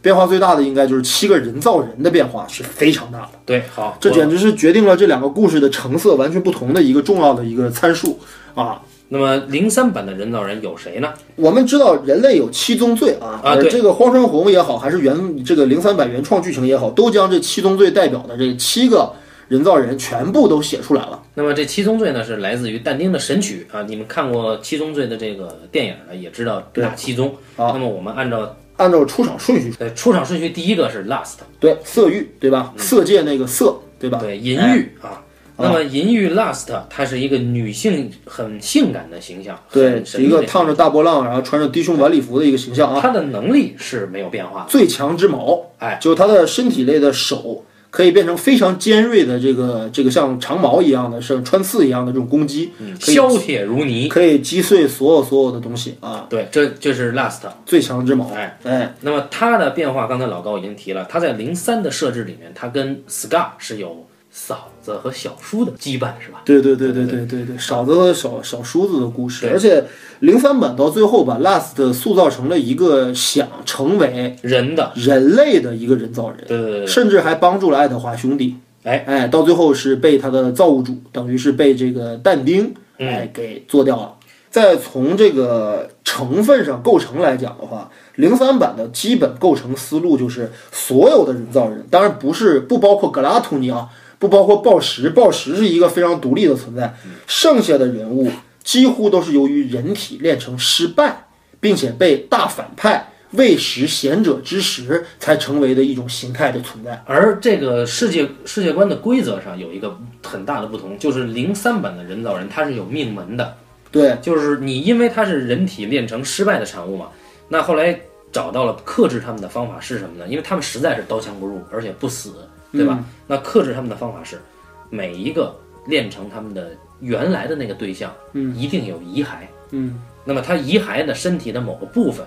S2: 变化最大的应该就是七个人造人的变化是非常大的。
S1: 对，好，
S2: 这
S1: 我
S2: 简直是决定了这两个故事的成色完全不同的一个重要的一个参数啊！
S1: 那么零三版的人造人有谁呢？
S2: 我们知道人类有七宗罪啊，
S1: 啊
S2: 而
S1: 对
S2: 这个荒川弘也好，还是原这个零三版原创剧情也好，都将这七宗罪代表的这七个人造人全部都写出来了。
S1: 那么这七宗罪呢，是来自于但丁的《神曲》啊。你们看过《七宗罪》的这个电影呢，也知道
S2: 对
S1: 哪七宗。
S2: 好
S1: 那么我们按照
S2: 按照出场顺序，
S1: 呃出场顺序，第一个是 Last，
S2: 对色欲，对吧？
S1: 嗯
S2: 色戒那个色，对吧？
S1: 对，淫欲
S2: 哎
S1: 啊。那么淫欲 Last，它是一个女性很性感的形象，
S2: 对
S1: 很，神
S2: 一
S1: 秘的
S2: 个
S1: 形象
S2: 烫着大波浪，然后穿着低胸晚礼服的一个形象啊。
S1: 他的能力是没有变化的。
S2: 最强之矛，
S1: 哎，
S2: 就他的身体类的手可以变成非常尖锐的这个这个像长矛一样的，像穿刺一样的这种攻击，可以
S1: 削铁如泥。
S2: 可以击碎所有所有的东西啊！
S1: 对，这这是 Last。
S2: 最强之矛，
S1: 哎
S2: 哎，
S1: 那么它的变化，刚才老高已经提了，它在零三的设置里面，它跟 Scar 是有嫂子和小叔的羁绊，是吧？
S2: 对对对对对对对，嫂子和小小叔子的故事，
S1: 对
S2: 而且零三版到最后把 Last 塑造成了一个想成为
S1: 人的，
S2: 人类的一个人造人。
S1: 对对对对，
S2: 甚至还帮助了爱德华兄弟。
S1: 哎
S2: 哎，到最后是被他的造物主，等于是被这个但丁
S1: 嗯
S2: 哎给做掉了。再从这个成分上构成来讲的话，零三版的基本构成思路就是所有的人造人，当然不是不包括格拉图尼啊，不包括暴食，暴食是一个非常独立的存在，剩下的人物几乎都是由于人体炼成失败，并且被大反派喂食贤者之石才成为的一种形态的存在。
S1: 而这个世界世界观的规则上有一个很大的不同，就是零三版的人造人它是有命门的，
S2: 对
S1: 就是你因为它是人体炼成失败的产物嘛，那后来找到了克制他们的方法是什么呢？因为他们实在是刀枪不入，而且不死，对
S2: 嗯
S1: 吧？那克制他们的方法是，每一个炼成他们的原来的那个对象，嗯，一定有遗骸，
S2: 嗯，
S1: 那么他遗骸的身体的某个部分，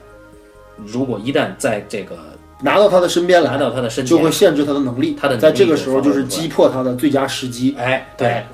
S1: 如果一旦在这个
S2: 拿到他的身边
S1: 拿
S2: 来，
S1: 到他的身体
S2: 就，会限制他的能力。
S1: 他的能力
S2: 在这个时候
S1: 就
S2: 就
S1: 发挥
S2: 是
S1: 不出来
S2: 击破他的最佳时机。
S1: 哎，对
S2: 哎，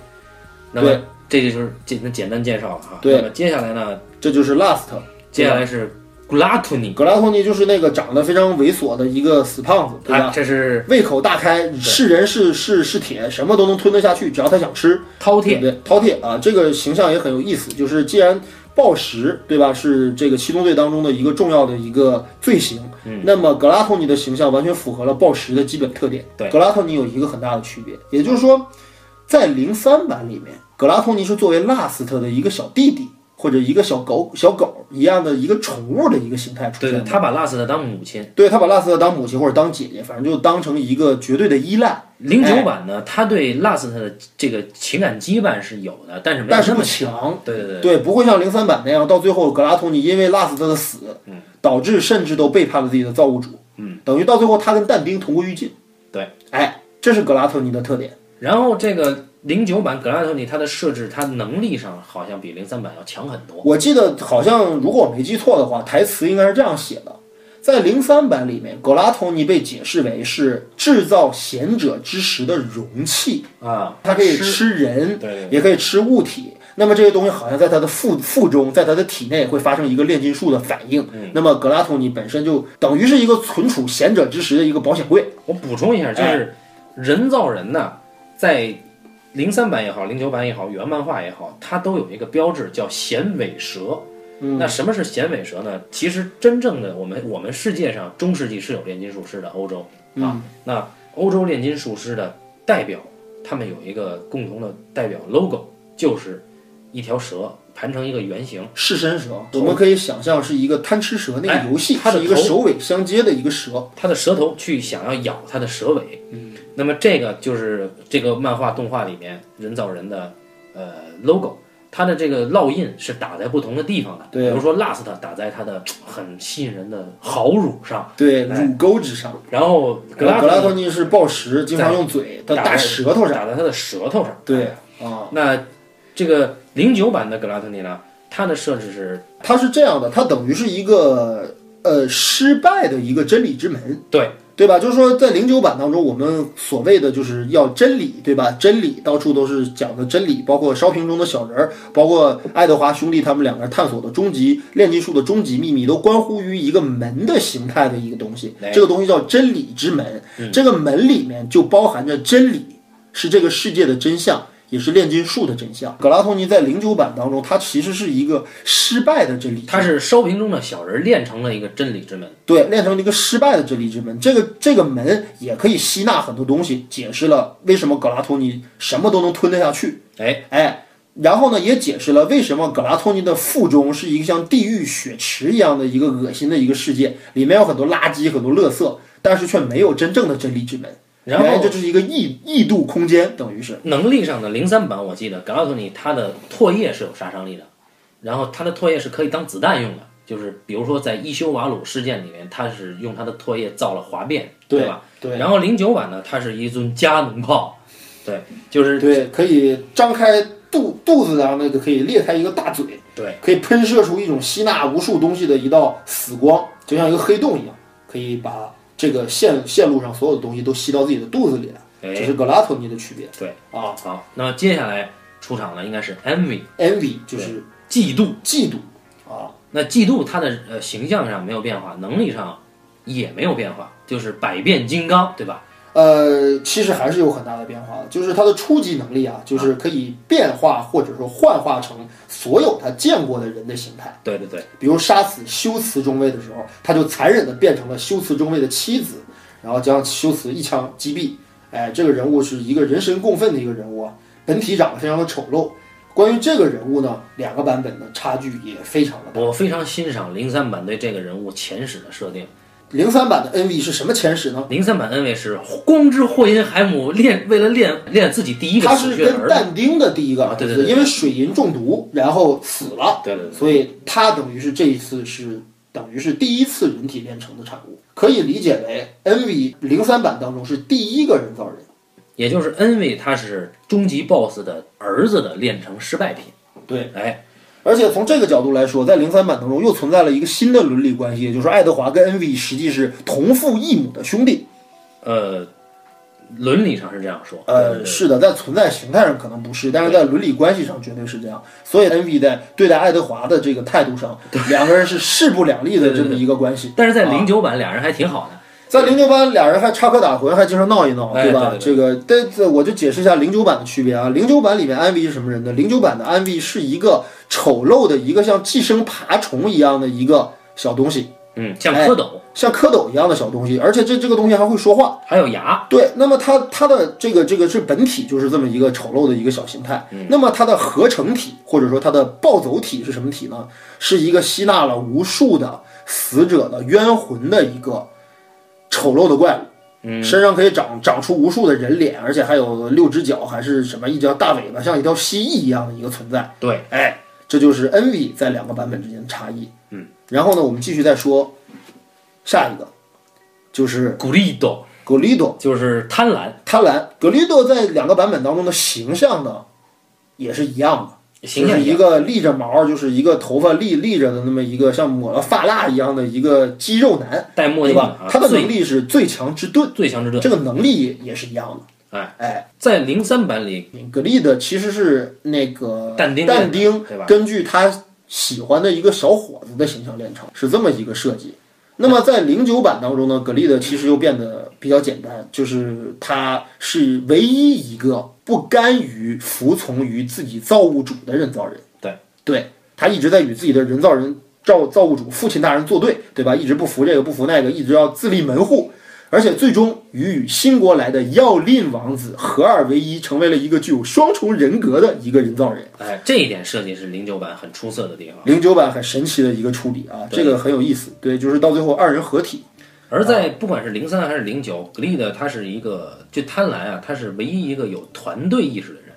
S1: 那么
S2: 对
S1: 这就是简单简单介绍了啊。
S2: 对
S1: 那么接下来呢，
S2: 这就是 Last，
S1: 接下来是，gluttony
S2: 格拉托尼就是那个长得非常猥琐的一个死胖子，对
S1: 他
S2: 吧？
S1: 啊这是
S2: 胃口大开，是人是是是铁，什么都能吞得下去，只要他想吃，
S1: 饕
S2: 对不
S1: 餮，
S2: 对？饕餮啊，这个形象也很有意思。就是既然暴食，对吧，是这个七宗罪当中的一个重要的一个罪行，
S1: 嗯
S2: 那么格拉托尼的形象完全符合了暴食的基本特点。
S1: 对
S2: 格拉托尼有一个很大的区别，也就是说，在零三版里面，格拉托尼是作为拉斯特的一个小弟弟或者一个小狗小狗一样的一个宠物的一个形态出
S1: 对
S2: 现的
S1: 对，。他把拉斯特当母亲。
S2: 对他把拉斯特当母亲或者当姐姐，反正就当成一个绝对的依赖，
S1: 零九版呢，他对拉斯特的这个情感羁绊是有的，但是没有
S2: 但是
S1: 那
S2: 不
S1: 么
S2: 强。
S1: 对对对，
S2: 对，不会像零三版那样，到最后格拉托尼因为拉斯特的死，
S1: 嗯
S2: 导致甚至都背叛了自己的造物主，嗯，等于到最后他跟但丁同归于尽。
S1: 对，
S2: 哎，这是格拉托尼的特点。
S1: 然后这个零九版格拉托尼他的设置，他能力上好像比零三版要强很多。
S2: 我记得好像如果我没记错的话，台词应该是这样写的。在零三版里面，格拉托尼被解释为是制造贤者之石的容器，
S1: 啊，
S2: 它可以
S1: 吃
S2: 吃人，
S1: 对对
S2: 也可以吃物体。那么这些东西好像在他的腹腹中，在他的体内会发生一个炼金术的反应。
S1: 嗯
S2: 那么格拉托尼本身就等于是一个存储贤者之石的一个保险柜。
S1: 我补充一下，就是人造人呢，在零三版也好，零九版也好，原漫画也好，它都有一个标志叫衔尾蛇。那什么是衔尾蛇呢？其实真正的我们我们世界上中世纪是有炼金术师的，欧洲啊，那欧洲炼金术师的代表，他们有一个共同的代表 logo，就是一条蛇盘成一个圆形。
S2: 弑身蛇，我们可以想象是一个贪吃蛇那个游戏，
S1: 哦哎它的
S2: 是一个
S1: 头
S2: 首尾相接的一个蛇。
S1: 它的舌头去想要咬它的蛇尾。嗯，那么这个就是这个漫画动画里面人造人的呃 logo，它的这个烙印是打在不同的地方的，
S2: 对啊
S1: 比如说 last 打在它的很吸引人的豪乳上，
S2: 对，乳沟之上。
S1: 然后哎格
S2: 然
S1: 拉
S2: 后格拉
S1: 托
S2: 托尼是暴食，经常用嘴，他
S1: 打
S2: 大
S1: 在
S2: 舌头上。
S1: 打在它的舌头上。
S2: 对啊，
S1: 那这个零九版的格拉托尼呢，它的设置是
S2: 它是这样的，它等于是一个呃失败的一个真理之门。
S1: 对
S2: 对吧？就是说，在零九版当中，我们所谓的就是要真理，对吧？真理到处都是讲的真理，包括烧瓶中的小人儿，包括爱德华兄弟他们两个人探索的终极炼金术的终极秘密，都关乎于一个门的形态的一个东西
S1: 哎。嗯
S2: 这个东西叫真理之门，这个门里面就包含着真理，是这个世界的真相。也是炼金术的真相。格拉托尼在零九版当中，他其实是一个失败的真理，
S1: 它是烧瓶中的小人炼成了一个真理之门。
S2: 对，练成了一个失败的真理之门。这个这个门也可以吸纳很多东西，解释了为什么格拉托尼什么都能吞得下去。
S1: 哎，
S2: 哎，然后呢，也解释了为什么格拉托尼的腹中是一个像地狱血池一样的一个恶心的一个世界，里面有很多垃圾、很多垃圾，但是却没有真正的真理之门。
S1: 然后
S2: 原来这就是一个异异度空间，等于是
S1: 能力上的零三版，我记得格拉托尼他的唾液是有杀伤力的，然后他的唾液是可以当子弹用的，就是比如说在伊修瓦鲁事件里面，他是用他的唾液造了滑变，对吧？
S2: 对
S1: 然后零九版呢，它是一尊加农炮，对，就是
S2: 对，可以张开肚肚子，然后那个可以裂开一个大嘴。
S1: 对
S2: 可以喷射出一种吸纳无数东西的一道死光，就像一个黑洞一样，可以把这个线线路上所有的东西都吸到自己的肚子里来。
S1: 哎
S2: 这是格拉托尼的区别
S1: 对。
S2: 啊
S1: 好，那接下来出场的应该是 envy
S2: ，envy 就是
S1: 嫉妒，
S2: 嫉妒啊，
S1: 那嫉妒他的呃形象上没有变化，能力上也没有变化，就是百变金刚，对吧？
S2: 呃，其实还是有很大的变化的，就是他的初级能力啊，就是可以变化或者说幻化成所有他见过的人的形态。
S1: 对对对，
S2: 比如杀死修辞中尉的时候，他就残忍地变成了修辞中尉的妻子，然后将修辞一枪击毙。哎，这个人物是一个人神共愤的一个人物啊，本体长得非常的丑陋。关于这个人物呢，两个版本的差距也非常的大。
S1: 我非常欣赏零三版对这个人物前史的设定。
S2: 零三版的 NV 是什么前史呢？
S1: 零三版恩位是光之霍因海姆练为了练练自己第一个
S2: 他
S1: 死
S2: 是
S1: 血儿
S2: 跟
S1: 子，
S2: 但丁的第一个儿子，
S1: 啊对对对对
S2: 因为水银中毒然后死了，
S1: 对对对
S2: 所以他等于是这一次是等于是第一次人体炼成的产物，可以理解为 NV 零三版当中是第一个人造人。
S1: 也就是恩位他是终极 BOSS 的儿子的炼成失败品。
S2: 对，
S1: 哎，
S2: 而且从这个角度来说，在零三版当中又存在了一个新的伦理关系，也就是爱德华跟 NV 实际是同父异母的兄弟。
S1: 呃，伦理上是这样说。
S2: 呃，
S1: 对
S2: 是的，在存在形态上可能不是，但是在伦理关系上绝对是这样。所以 NV 在对待爱德华的这个态度上，两个人是势不两立的这么一个关系。
S1: 但是在
S2: 啊
S1: 零九版俩人还挺好的，
S2: 在零九版，俩人还插科打诨，还经常闹一闹，
S1: 哎
S2: 对吧？
S1: 对对对
S2: 这个，但这我就解释一下零九版的区别啊。零九版里面安 v 是什么人呢？零九版的安 v 是一个丑陋的一个像寄生爬虫一样的一个小东西，
S1: 嗯，像
S2: 哎
S1: 蝌蚪，
S2: 像蝌蚪一样的小东西，而且这这个东西还会说话。
S1: 还有牙，
S2: 对，那么它它的这个这个是本体，就是这么一个丑陋的一个小形态。那么它的合成体或者说它的暴走体是什么体呢？是一个吸纳了无数的死者的冤魂的一个丑陋的怪物。身上可以长长出无数的人脸，而且还有六只脚，还是什么一条大尾巴，像一条蜥蜴一样的一个存在。
S1: 对，
S2: 哎，这就是 NV 在两个版本之间的差异。嗯，然后呢，我们继续再说下一个，就是
S1: 古力斗
S2: Golido。
S1: 就是贪婪，
S2: 贪婪。格丽多在两个版本当中的形象呢，也是一样的，
S1: 形
S2: 就
S1: 象
S2: 是一个立着毛，就是一个头发立立着的那么一个像抹了发蜡一样的一个肌肉男，
S1: 戴墨
S2: 对
S1: 镜
S2: 吧
S1: 啊，？
S2: 他的能
S1: 最
S2: 力是最强之盾，
S1: 最强之盾。
S2: 这个能力也也是一样的。
S1: 哎
S2: 哎，
S1: 在零三版里，
S2: 格丽的其实是那个
S1: 但丁
S2: 但丁
S1: 对吧
S2: 根据他喜欢的一个小伙子的形象练成，是这么一个设计。那么在零九版当中呢，格丽的其实又变得比较简单，就是他是唯一一个不甘于服从于自己造物主的人造人。
S1: 对，
S2: 对他一直在与自己的人造人造造物主父亲大人作对，对吧？一直不服这个不服那个，一直要自立门户，而且最终与与新国来的药令王子合二为一，成为了一个具有双重人格的一个人造人。
S1: 哎，这一点设计是零九版很出色的地方。
S2: 零九版很神奇的一个处理啊，这个很有意思。对，就是到最后二人合体，
S1: 而
S2: 啊
S1: 在不管是零三还是零九，Glid 他是一个就贪婪啊，他是唯一一个有团队意识的人，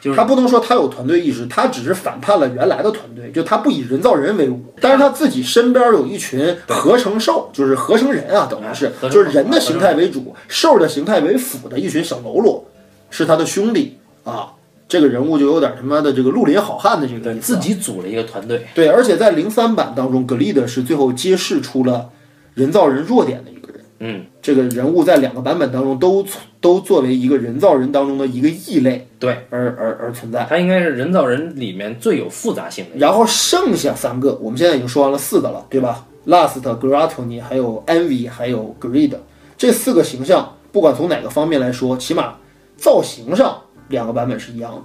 S1: 就是
S2: 他不能说他有团队意识，他只是反叛了原来的团队，就他不以人造人为伍，但是他自己身边有一群合成兽，就是合成人啊，等于是
S1: 哎合成
S2: 就是人的形态为主，兽的形态为辅的一群小喽啰，是他的兄弟啊。这个人物就有点他妈的这个绿林好汉的这个意思
S1: 自
S2: 啊。
S1: 己组了一个团队。
S2: 对，而且在零三版当中，格丽德是最后揭示出了人造人弱点的一个人。
S1: 嗯，
S2: 这个人物在两个版本当中都都作为一个人造人当中的一个异类
S1: 对，
S2: 而而而存在。
S1: 他应该是人造人里面最有复杂性的。
S2: 然后剩下三个，我们现在已经说完了四个了，对吧？Last、Gratony，还有 Envy，还有 Greed，这四个形象，不管从哪个方面来说，起码造型上两个版本是一样的。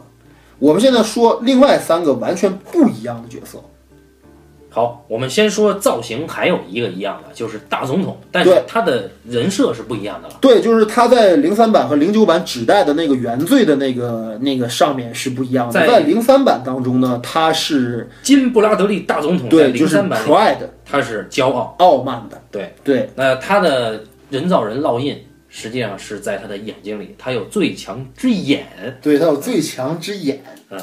S2: 我们现在说另外三个完全不一样的角色，
S1: 好，我们先说造型，还有一个一样的就是大总统，但是
S2: 对
S1: 他的人设是不一样的了。
S2: 对，就是他在零三版和零九版指代的那个原罪的那个那个上面是不一样的。
S1: 在
S2: 在零三版当中呢，他是
S1: 金布拉德利大总统在
S2: 对，就
S1: 零
S2: 是
S1: 三版里
S2: pride
S1: 他是骄傲，
S2: 傲慢的，
S1: 对，
S2: 对，
S1: 那他的人造人烙印实际上是在他的眼睛里，他有最强之眼，
S2: 对他有最强之眼。
S1: 嗯，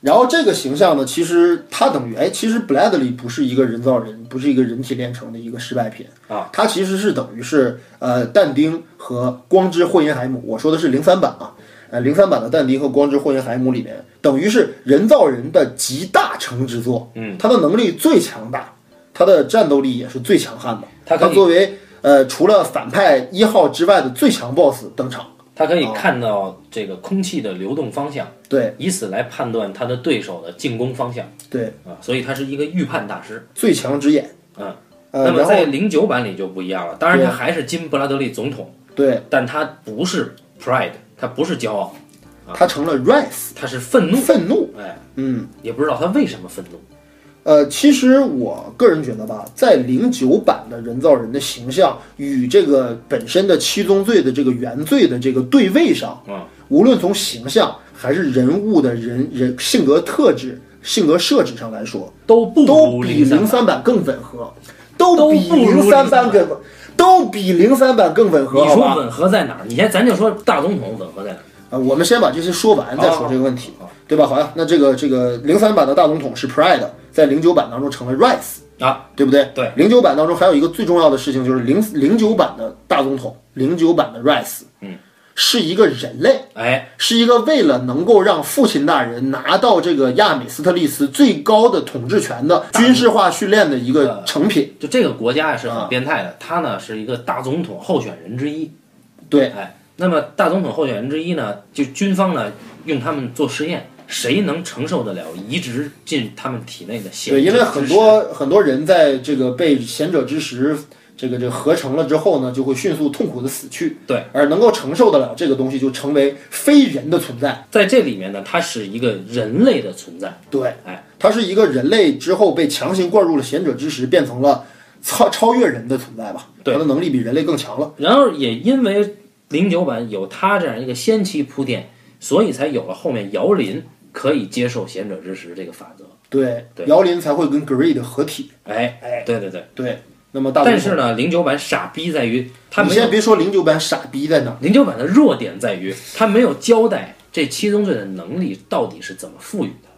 S2: 然后这个形象呢，其实他等于哎，其实 Bradley 不是一个人造人，不是一个人体炼成的一个失败品
S1: 啊，
S2: 他其实是等于是呃但丁和光之霍因海姆，我说的是零三版啊。呃，零三版的但丁和光之霍因海姆里面，等于是人造人的集大成之作。嗯，他的能力最强大，他的战斗力也是最强悍的。
S1: 他可以
S2: 他作为呃除了反派一号之外的最强 BOSS 登场。
S1: 他可以看到这个空气的流动方向，
S2: 哦对，
S1: 以此来判断他的对手的进攻方向
S2: 对，
S1: 啊，所以他是一个预判大师。
S2: 最强之眼。
S1: 嗯，
S2: 呃，
S1: 那么
S2: 然后
S1: 在零九版里就不一样了，当然
S2: 对
S1: 他还是金布拉德利总统，
S2: 对
S1: 但他不是 pride，他不是骄傲，
S2: 他成了 rise
S1: 他是愤怒，
S2: 愤怒。
S1: 哎，
S2: 嗯，
S1: 也不知道他为什么愤怒。
S2: 呃，其实我个人觉得吧，在零九版的人造人的形象与这个本身的七宗罪的这个原罪的这个对位上，
S1: 嗯，
S2: 无论从形象还是人物的人人性格特质、性格设置上来说，
S1: 都不
S2: 都
S1: 如
S2: 比零
S1: 三
S2: 三版更吻合，都
S1: 都
S2: 比
S1: 不如
S2: 零三版
S1: 03
S2: 更，都比零三版更吻合，
S1: 你
S2: 好
S1: 说
S2: 吧？
S1: 吻合在哪儿？你先，咱就说大总统吻合在哪儿？
S2: 啊，我们先把这些说完，再说这个问题，对吧？好呀，啊那这个这个零三版的大总统是 Pride，在零九版当中成了 Rise，
S1: 啊，
S2: 对不对？
S1: 对。
S2: 零九版当中还有一个最重要的事情就是零零九版的大总统，零九版的 Rise，嗯，是一个人类，
S1: 哎，
S2: 是一个为了能够让父亲大人拿到这个亚美斯特利斯最高的统治权的军事化训练的一个成品。啊
S1: 就这个国家呀是很变态的，他呢是一个大总统候选人之一，
S2: 对，
S1: 哎，那么大总统候选人之一呢，就军方呢用他们做实验，谁能承受得了移植进他们体内的显
S2: 对，因为
S1: 质
S2: 很
S1: 之时
S2: 多很多人在这个被贤者之石这个这个合成了之后呢，就会迅速痛苦的死去。
S1: 对，
S2: 而能够承受得了这个东西，就成为非人的存在。
S1: 在这里面呢，它是一个人类的存在，
S2: 对，
S1: 哎，
S2: 它是一个人类之后被强行灌入了贤者之石，变成了超超越人的存在吧？
S1: 对
S2: 它的能力比人类更强了。
S1: 然后也因为零九版有它这样一个先期铺垫，所以才有了后面姚林可以接受贤者之石这个法则。
S2: 对，
S1: 对
S2: 姚林才会跟 Greed 合体。
S1: 哎
S2: 哎，
S1: 对对对。
S2: 对，那么大总
S1: 但
S2: 统
S1: 是呢，零九版傻逼在于他
S2: 你
S1: 没
S2: 先
S1: 有
S2: 别说零九版傻逼在哪儿，
S1: 零九版的弱点在于他没有交代这七宗罪的能力到底是怎么赋予的，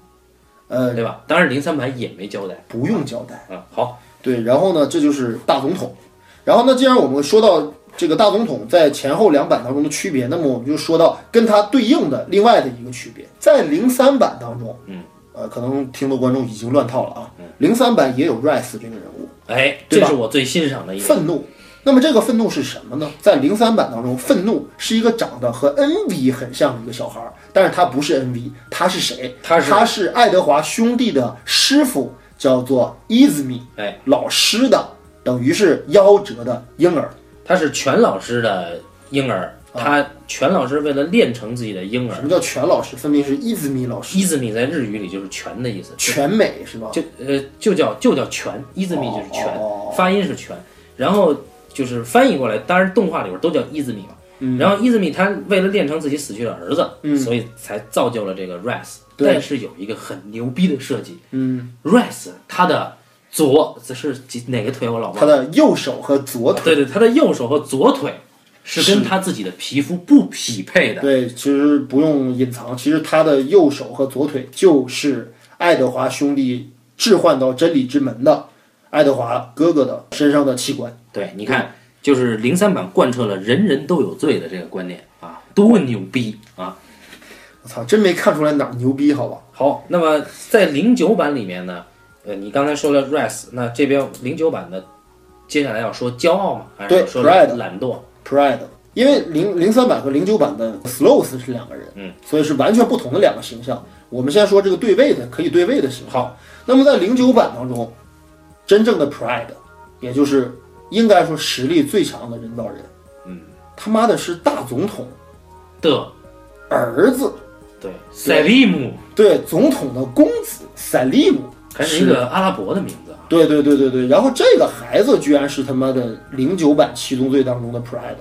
S2: 呃，
S1: 对吧？当然零三版也没交代
S2: 不用交代。
S1: 啊。好，
S2: 对，然后呢，这就是大总统。然后呢，既然我们说到这个大总统在前后两版当中的区别，那么我们就说到跟它对应的另外的一个区别，在零三版当中，
S1: 嗯，
S2: 呃，可能听的观众已经乱套了啊。零三版也有 Rice 这个人物，
S1: 哎，
S2: 对
S1: 这
S2: 吧
S1: 是我最欣赏的一个。
S2: 愤怒。那么这个愤怒是什么呢？在零三版当中，愤怒是一个长得和 NV 很像的一个小孩儿，但是他不是 NV，他是谁？
S1: 他是
S2: 他是爱德华兄弟的师傅，叫做伊兹米，
S1: 哎，
S2: 老师的，等于是夭折的婴儿。
S1: 他是全老师的婴儿，他
S2: 啊
S1: 全老师为了练成自己的婴
S2: 什
S1: 儿，
S2: 么叫全老师？分别是伊兹米老师，
S1: 伊兹米在日语里就是全的意思，
S2: 全美是吧？
S1: 就呃就叫就叫全，伊兹米就是全，
S2: 哦
S1: 发音是全，然后就是翻译过来，当然动画里边都叫伊兹米嘛。
S2: 嗯
S1: 然后伊兹米他为了练成自己死去的儿子，所以才造就了这个 Rice。
S2: 对
S1: 但是有一个很牛逼的设计
S2: 嗯，
S1: ，Rice 他的左这是几哪个腿我老忘
S2: 他
S1: 了，
S2: 的右手和左腿。
S1: 对对，他的右手和左腿是跟他自己的皮肤不匹配的。
S2: 对，其实不用隐藏，其实他的右手和左腿就是爱德华兄弟置换到真理之门的爱德华哥哥的身上的器官。
S1: 对，你看，就是零三版贯彻了人人都有罪的这个观念啊，多牛逼啊！
S2: 我操，真没看出来哪儿牛逼，好吧？
S1: 好，那么在零九版里面呢，呃，你刚才说了 Rice，那这边零九版的，接下来要说骄傲嘛，还是
S2: 对
S1: 说
S2: Pride
S1: 懒惰？
S2: Pride，因为零零三版和零九版的 Slows 是两个人，
S1: 嗯，
S2: 所以是完全不同的两个形象。我们先说这个对位的，可以对位的形象。
S1: 好，
S2: 那么在零九版当中，真正的 Pride，也就是应该说实力最强的人造人，
S1: 嗯，
S2: 他妈的是大总统
S1: 的，
S2: 儿子，
S1: 对，塞利姆
S2: 对，总统的公子塞利姆，
S1: 还是一个阿拉伯的名字啊。
S2: 对对对对对。然后这个孩子居然是他妈的零九版《七宗罪》当中的 Pride，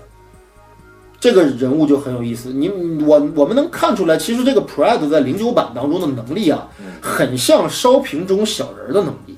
S2: 这个人物就很有意思。你我我们能看出来，其实这个 Pride 在零九版当中的能力啊，很像烧瓶中小人的能力。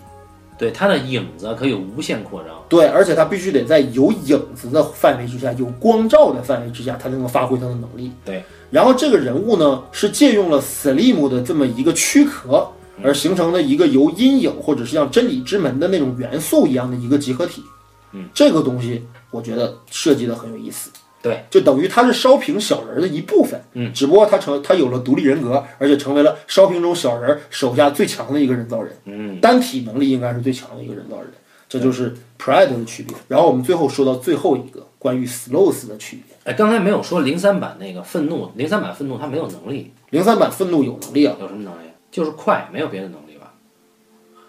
S1: 对，他的影子啊可以无限扩张。
S2: 对，而且他必须得在有影子的范围之下，有光照的范围之下，他才能发挥他的能力。
S1: 对，
S2: 然后这个人物呢，是借用了 Slim 的这么一个躯壳，而形成了一个由阴影或者是像真理之门的那种元素一样的一个集合体。
S1: 嗯，
S2: 这个东西我觉得设计的很有意思。
S1: 对，
S2: 就等于他是烧瓶小人儿的一部分。
S1: 嗯，
S2: 只不过他成他有了独立人格，而且成为了烧瓶中小人儿手下最强的一个人造人。
S1: 嗯，
S2: 单体能力应该是最强的一个人造人，这就是 Pride 的区别。然后我们最后说到最后一个关于 Slows 的区别。
S1: 哎，刚才没有说零三版那个愤怒，零三版愤怒他没有能力，
S2: 零三版愤怒有能力啊，
S1: 有什么能力？就是快，没有别的能力吧？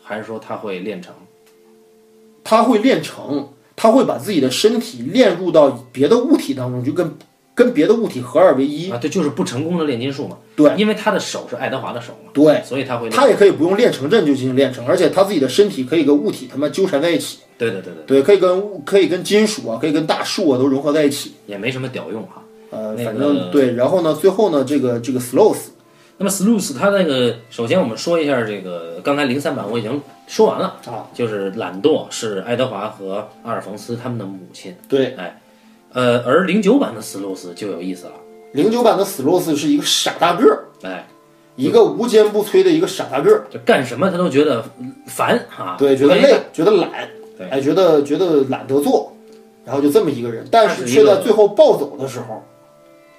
S1: 还是说他会练成？
S2: 他会炼成，他会把自己的身体炼入到别的物体当中，就跟跟别的物体合二为一。
S1: 啊，对，就是不成功的炼金术嘛。
S2: 对，
S1: 因为他的手是爱德华的手嘛，
S2: 对，
S1: 所以他会练。
S2: 他也可以不用炼成阵就进行炼成，而且他自己的身体可以跟物体他妈纠缠在一起。
S1: 对对对对，
S2: 对，可以跟物可以跟金属啊，可以跟大树啊都融合在一起。
S1: 也没什么屌用哈。
S2: 呃，
S1: 那
S2: 反
S1: 个
S2: 正对，然后呢，最后呢，这个这个 slows
S1: 那么 Sluice 它那个，首先我们说一下这个，刚才零三版我已经说完了，
S2: 啊，
S1: 就是懒惰是爱德华和阿尔冯斯他们的母亲，
S2: 对，
S1: 呃，而零九版的 Sluice 就有意思了，
S2: 零九版的 slows 是一个傻大个儿，
S1: 哎，
S2: 一个无坚不摧的一个傻大个儿，
S1: 就干什么他都觉得烦啊，
S2: 对，觉得
S1: 不愿意
S2: 累，觉得懒
S1: 对，
S2: 哎，觉得觉得懒得做，然后就这么一个人，但是
S1: 他是一
S2: 却
S1: 个
S2: 在最后暴走的时候，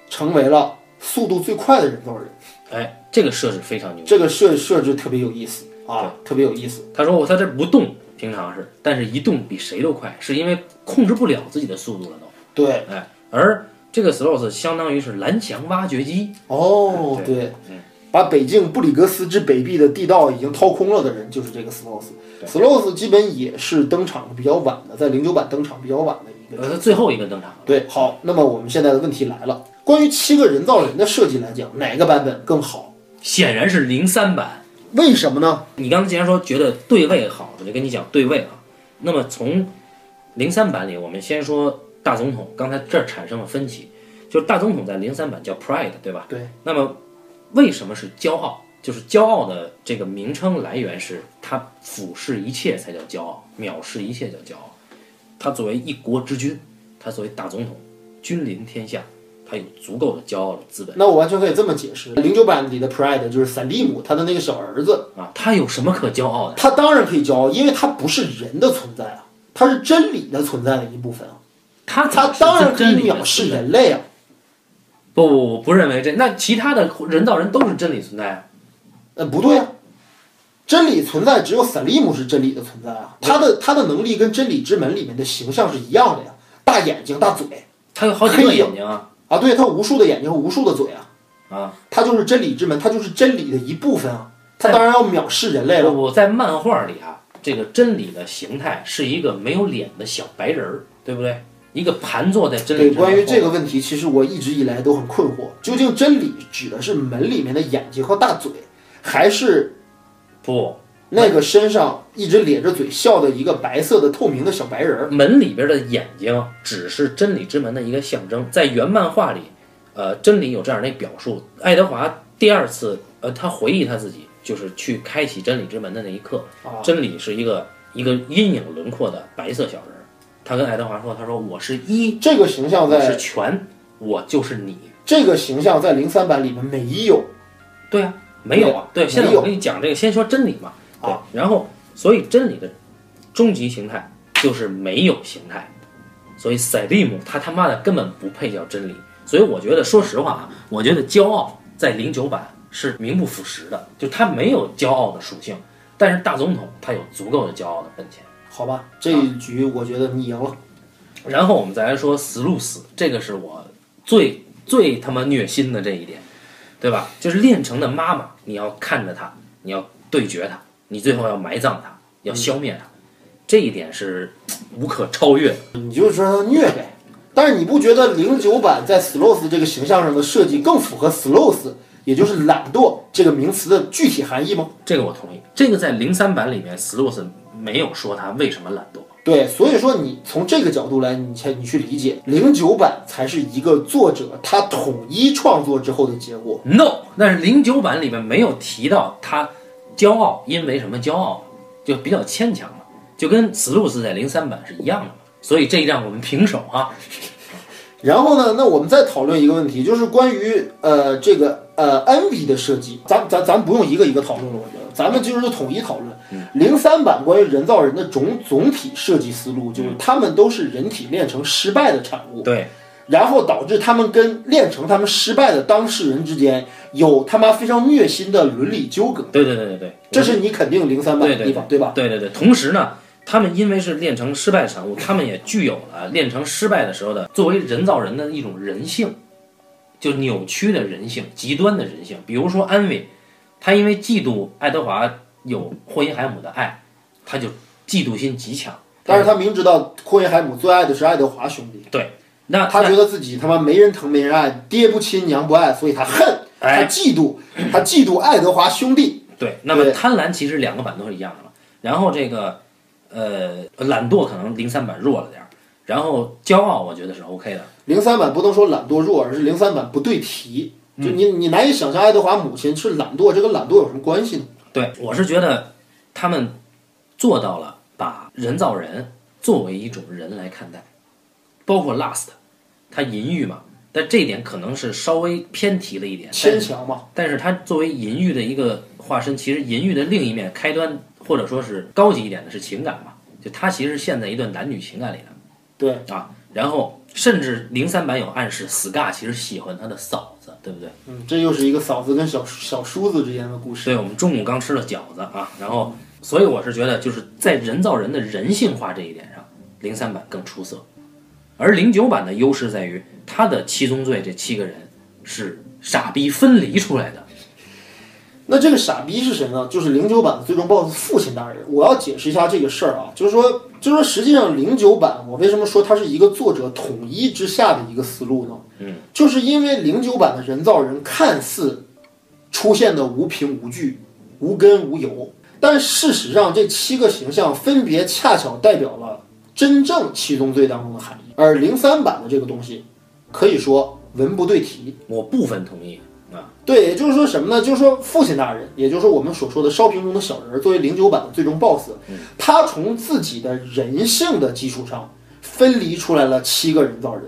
S2: 成为了速度最快的人造人。
S1: 干，哎，这个设置非常牛。
S2: 这个设设置特别有意思啊，特别有意思。
S1: 他说我他这不动，平常是，但是一动比谁都快，是因为控制不了自己的速度了都。
S2: 对，
S1: 哎，而这个 Sloth 相当于是蓝翔挖掘机，
S2: 哦，对，
S1: 嗯
S2: 把北境布里格斯之北壁的地道已经掏空了的人，就是这个 Sloth。Sloth 基本也是登场比较晚的，在零九版登场比较晚的一个。
S1: 呃，他最后一个登场了。
S2: 对，好，那么我们现在的问题来了，关于七个人造人的设计来讲，哪个版本更好？
S1: 显然是零三版。
S2: 为什么呢？
S1: 你刚才既然说觉得对位好，我就跟你讲对位啊。那么从零三版里，我们先说大总统，刚才这儿产生了分歧，就是大总统在零三版叫 Pride，对吧？
S2: 对。
S1: 那么为什么是骄傲？就是骄傲的这个名称来源是它俯视一切才叫骄傲，藐视一切叫骄傲。他作为一国之君，他作为大总统，君临天下，他有足够的骄傲的资本
S2: 那我完全可以这么解释，零九版里的 Pride 就是散蒂姆他的那个小儿子，
S1: 啊，他有什么可骄傲的？
S2: 他当然可以骄傲，因为他不是人的存在啊，他是真理的存在的一部分啊，
S1: 他
S2: 他当然可
S1: 真理
S2: 以
S1: 的
S2: 藐
S1: 存
S2: 视
S1: 在
S2: 人类啊。
S1: 不不，我不认为这。那其他的人造人都是真理存在啊。
S2: 呃，不对啊，真理存在只有散利姆是真理的存在啊，他的他的能力跟真理之门里面的形象是一样的呀，大眼睛、大嘴
S1: 他有好几个眼睛啊
S2: 啊，对他无数的眼睛和无数的嘴啊，
S1: 啊！
S2: 他就是真理之门，他就是真理的一部分啊，他当然要藐视人类
S1: 我
S2: 了。
S1: 我在漫画里啊，这个真理的形态是一个没有脸的小白人儿，对不对？一个盘坐在真理
S2: 对，
S1: 之上的
S2: 关于这
S1: 后
S2: 个问题，其实我一直以来都很困惑，究竟真理指的是门里面的眼睛和大嘴，还是
S1: 不
S2: 那个身上一直咧着嘴笑的一个白色的透明的小白人儿？
S1: 门里边的眼睛只是真理之门的一个象征。在原漫画里，呃，真理有这样的表述。爱德华第二次，呃，他回忆他自己，就是去开启真理之门的那一刻，
S2: 啊
S1: 真理是一个一个阴影轮廓的白色小人儿。他跟爱德华说：“他说我是一，
S2: 这个形象
S1: 我
S2: 在
S1: 是全，我就是你。
S2: 这个形象在零三版里面没有”
S1: 对啊，没有啊。对，
S2: 没有
S1: 现在我跟你讲这个，先说真理嘛。对
S2: 啊，
S1: 然后所以真理的终极形态就是没有形态，所以塞利姆他他妈的根本不配叫真理。所以我觉得，说实话啊，我觉得骄傲在零九版是名不副实的，就他没有骄傲的属性，但是大总统他有足够的骄傲的本钱。
S2: 好吧，这一局我觉得你赢了。
S1: 然后我们再来说死路死，这个是我最最他妈虐心的这一点，对吧？就是炼成的妈妈，你要看着她，你要对决她，你最后要埋葬她，要消灭她，这一点是嘖无可超越的。
S2: 你就说他虐呗。但是你不觉得零九版在 Sloth 这个形象上的设计更符合 Sloth，也就是懒惰这个名词的具体含义吗？
S1: 这个我同意。这个在零三版里面，斯洛斯没有说他为什么懒惰，
S2: 对，所以说你从这个角度来，你才你去理解零九版才是一个作者他统一创作之后的结果。
S1: No，但是零九版里面没有提到他骄傲，因为什么骄傲，就比较牵强了，就跟死路斯在零三版是一样的嘛。所以这一仗我们平手啊，
S2: 然后呢，那我们再讨论一个问题，就是关于呃这个呃 Envy 的设计，咱咱咱不用一个一个讨论了，我觉得咱们就是统一讨论。零三版关于人造人的总总体设计思路，就是他们都是人体炼成失败的产物，
S1: 对，
S2: 然后导致他们跟炼成他们失败的当事人之间有他妈非常虐心的伦理纠葛，
S1: 对对对对对，
S2: 这是你肯定零三版的地方，对吧？
S1: 对对对。同时呢，他们因为是炼成失败产物，他们也具有了炼成失败的时候的作为人造人的一种人性，就扭曲的人性、极端的人性。比如说安伟，他因为嫉妒爱德华有霍因海姆的爱，他就嫉妒心极强。
S2: 但是他明知道霍因海姆最爱的是爱德华兄弟，
S1: 那
S2: 他觉得自己他妈没人疼没人爱，爹不亲娘不爱，所以他恨，他
S1: 哎
S2: 嫉妒，他嫉妒爱德华兄弟。
S1: 对，那么
S2: 对
S1: 贪婪其实两个版都是一样的嘛。然后这个，呃，懒惰可能零三版弱了点儿，然后骄傲我觉得是 OK 的。
S2: 零三版不能说懒惰弱，而是零三版不对题。就你你难以想象爱德华母亲是懒惰，这跟懒惰有什么关系呢？
S1: 对，我是觉得他们做到了把人造人作为一种人来看待，包括 Last，它淫欲嘛，但这一点可能是稍微偏题了一点，但
S2: 牵
S1: 是
S2: 强嘛。
S1: 但是它作为淫欲的一个化身，其实淫欲的另一面开端或者说是高级一点的是情感嘛，就它其实陷在一段男女情感里的
S2: 对，
S1: 啊，然后甚至零三版有暗示，Scar 其实喜欢他的嫂子，对不对？
S2: 嗯，这又是一个嫂子跟小小叔子之间的故事。
S1: 对，我们中午刚吃了饺子啊，然后，所以我是觉得，就是在人造人的人性化这一点上，零三版更出色。而零九版的优势在于，他的七宗罪这七个人是傻逼分离出来的。
S2: 那这个傻逼是谁呢？就是零九版的最终 BOSS 父亲大人。我要解释一下这个事儿啊，就是说，就是说，实际上零九版我为什么说它是一个作者统一之下的一个思路呢？嗯，就是因为零九版的人造人看似出现的无凭无据、无根无由，但事实上这七个形象分别恰巧代表了真正七宗罪当中的含义，而零三版的这个东西可以说文不对题，
S1: 我部分同意啊，
S2: 对，也就是说什么呢？就是说父亲大人，也就是说我们所说的烧瓶中的小人儿，作为零九版的最终 BOSS，他从自己的人性的基础上分离出来了七个人造人。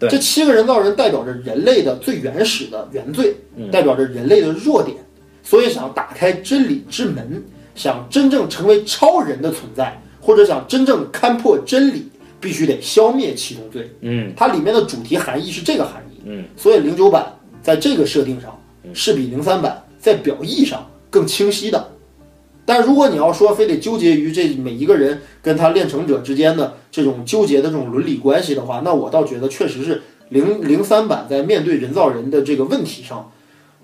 S1: 对
S2: 这七个人造人代表着人类的最原始的原罪，代表着人类的弱点，所以想打开真理之门，想真正成为超人的存在，或者想真正看破真理，必须得消灭七宗罪。
S1: 嗯，
S2: 它里面的主题含义是这个含义。
S1: 嗯，
S2: 所以零九版在这个设定上是比零三版在表意上更清晰的。但如果你要说非得纠结于这每一个人跟他练成者之间的这种纠结的这种伦理关系的话，那我倒觉得确实是零零三版在面对人造人的这个问题上，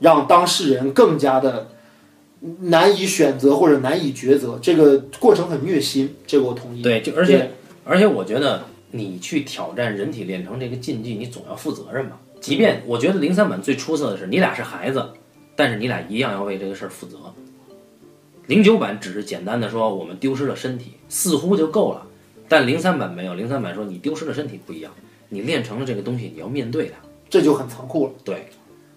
S2: 让当事人更加的难以选择或者难以抉择，这个过程很虐心，这个我同意。
S1: 对，就而且而且我觉得你去挑战人体炼成这个禁忌，你总要负责任吧。即便我觉得零三版最出色的是你俩是孩子，但是你俩一样要为这个事儿负责。零九版只是简单的说我们丢失了身体，似乎就够了，但零三版没有，零三版说你丢失了身体不一样，你练成了这个东西，你要面对它。
S2: 这就很残酷了。
S1: 对，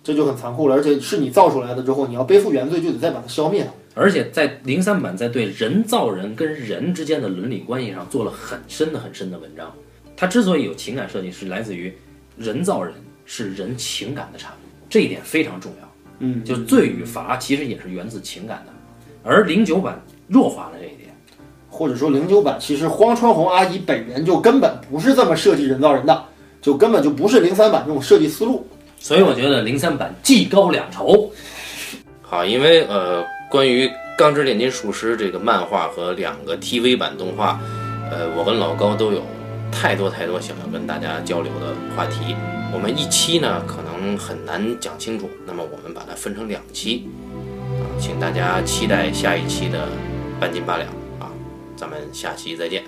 S2: 这就很残酷了，而且是你造出来的之后，你要背负原罪，就得再把它消灭掉。
S1: 而且在零三版在对人造人跟人之间的伦理关系上做了很深的很深的文章。它之所以有情感设计，是来自于人造人是人情感的产物，这一点非常重要。
S2: 嗯，
S1: 就罪与罚其实也是源自情感的，而零九版弱化了这一点。
S2: 或者说零九版，其实荒川弘阿姨本人就根本不是这么设计人造人的，就根本就不是零三版这种设计思路。
S1: 所以我觉得零三版技高两筹。
S3: 好，因为呃，关于《钢之炼金术师》这个漫画和两个 TV 版动画，呃，我跟老高都有太多太多想要跟大家交流的话题。我们一期呢可能很难讲清楚，那么我们把它分成两期啊，请大家期待下一期的半斤八两啊，咱们下期再见。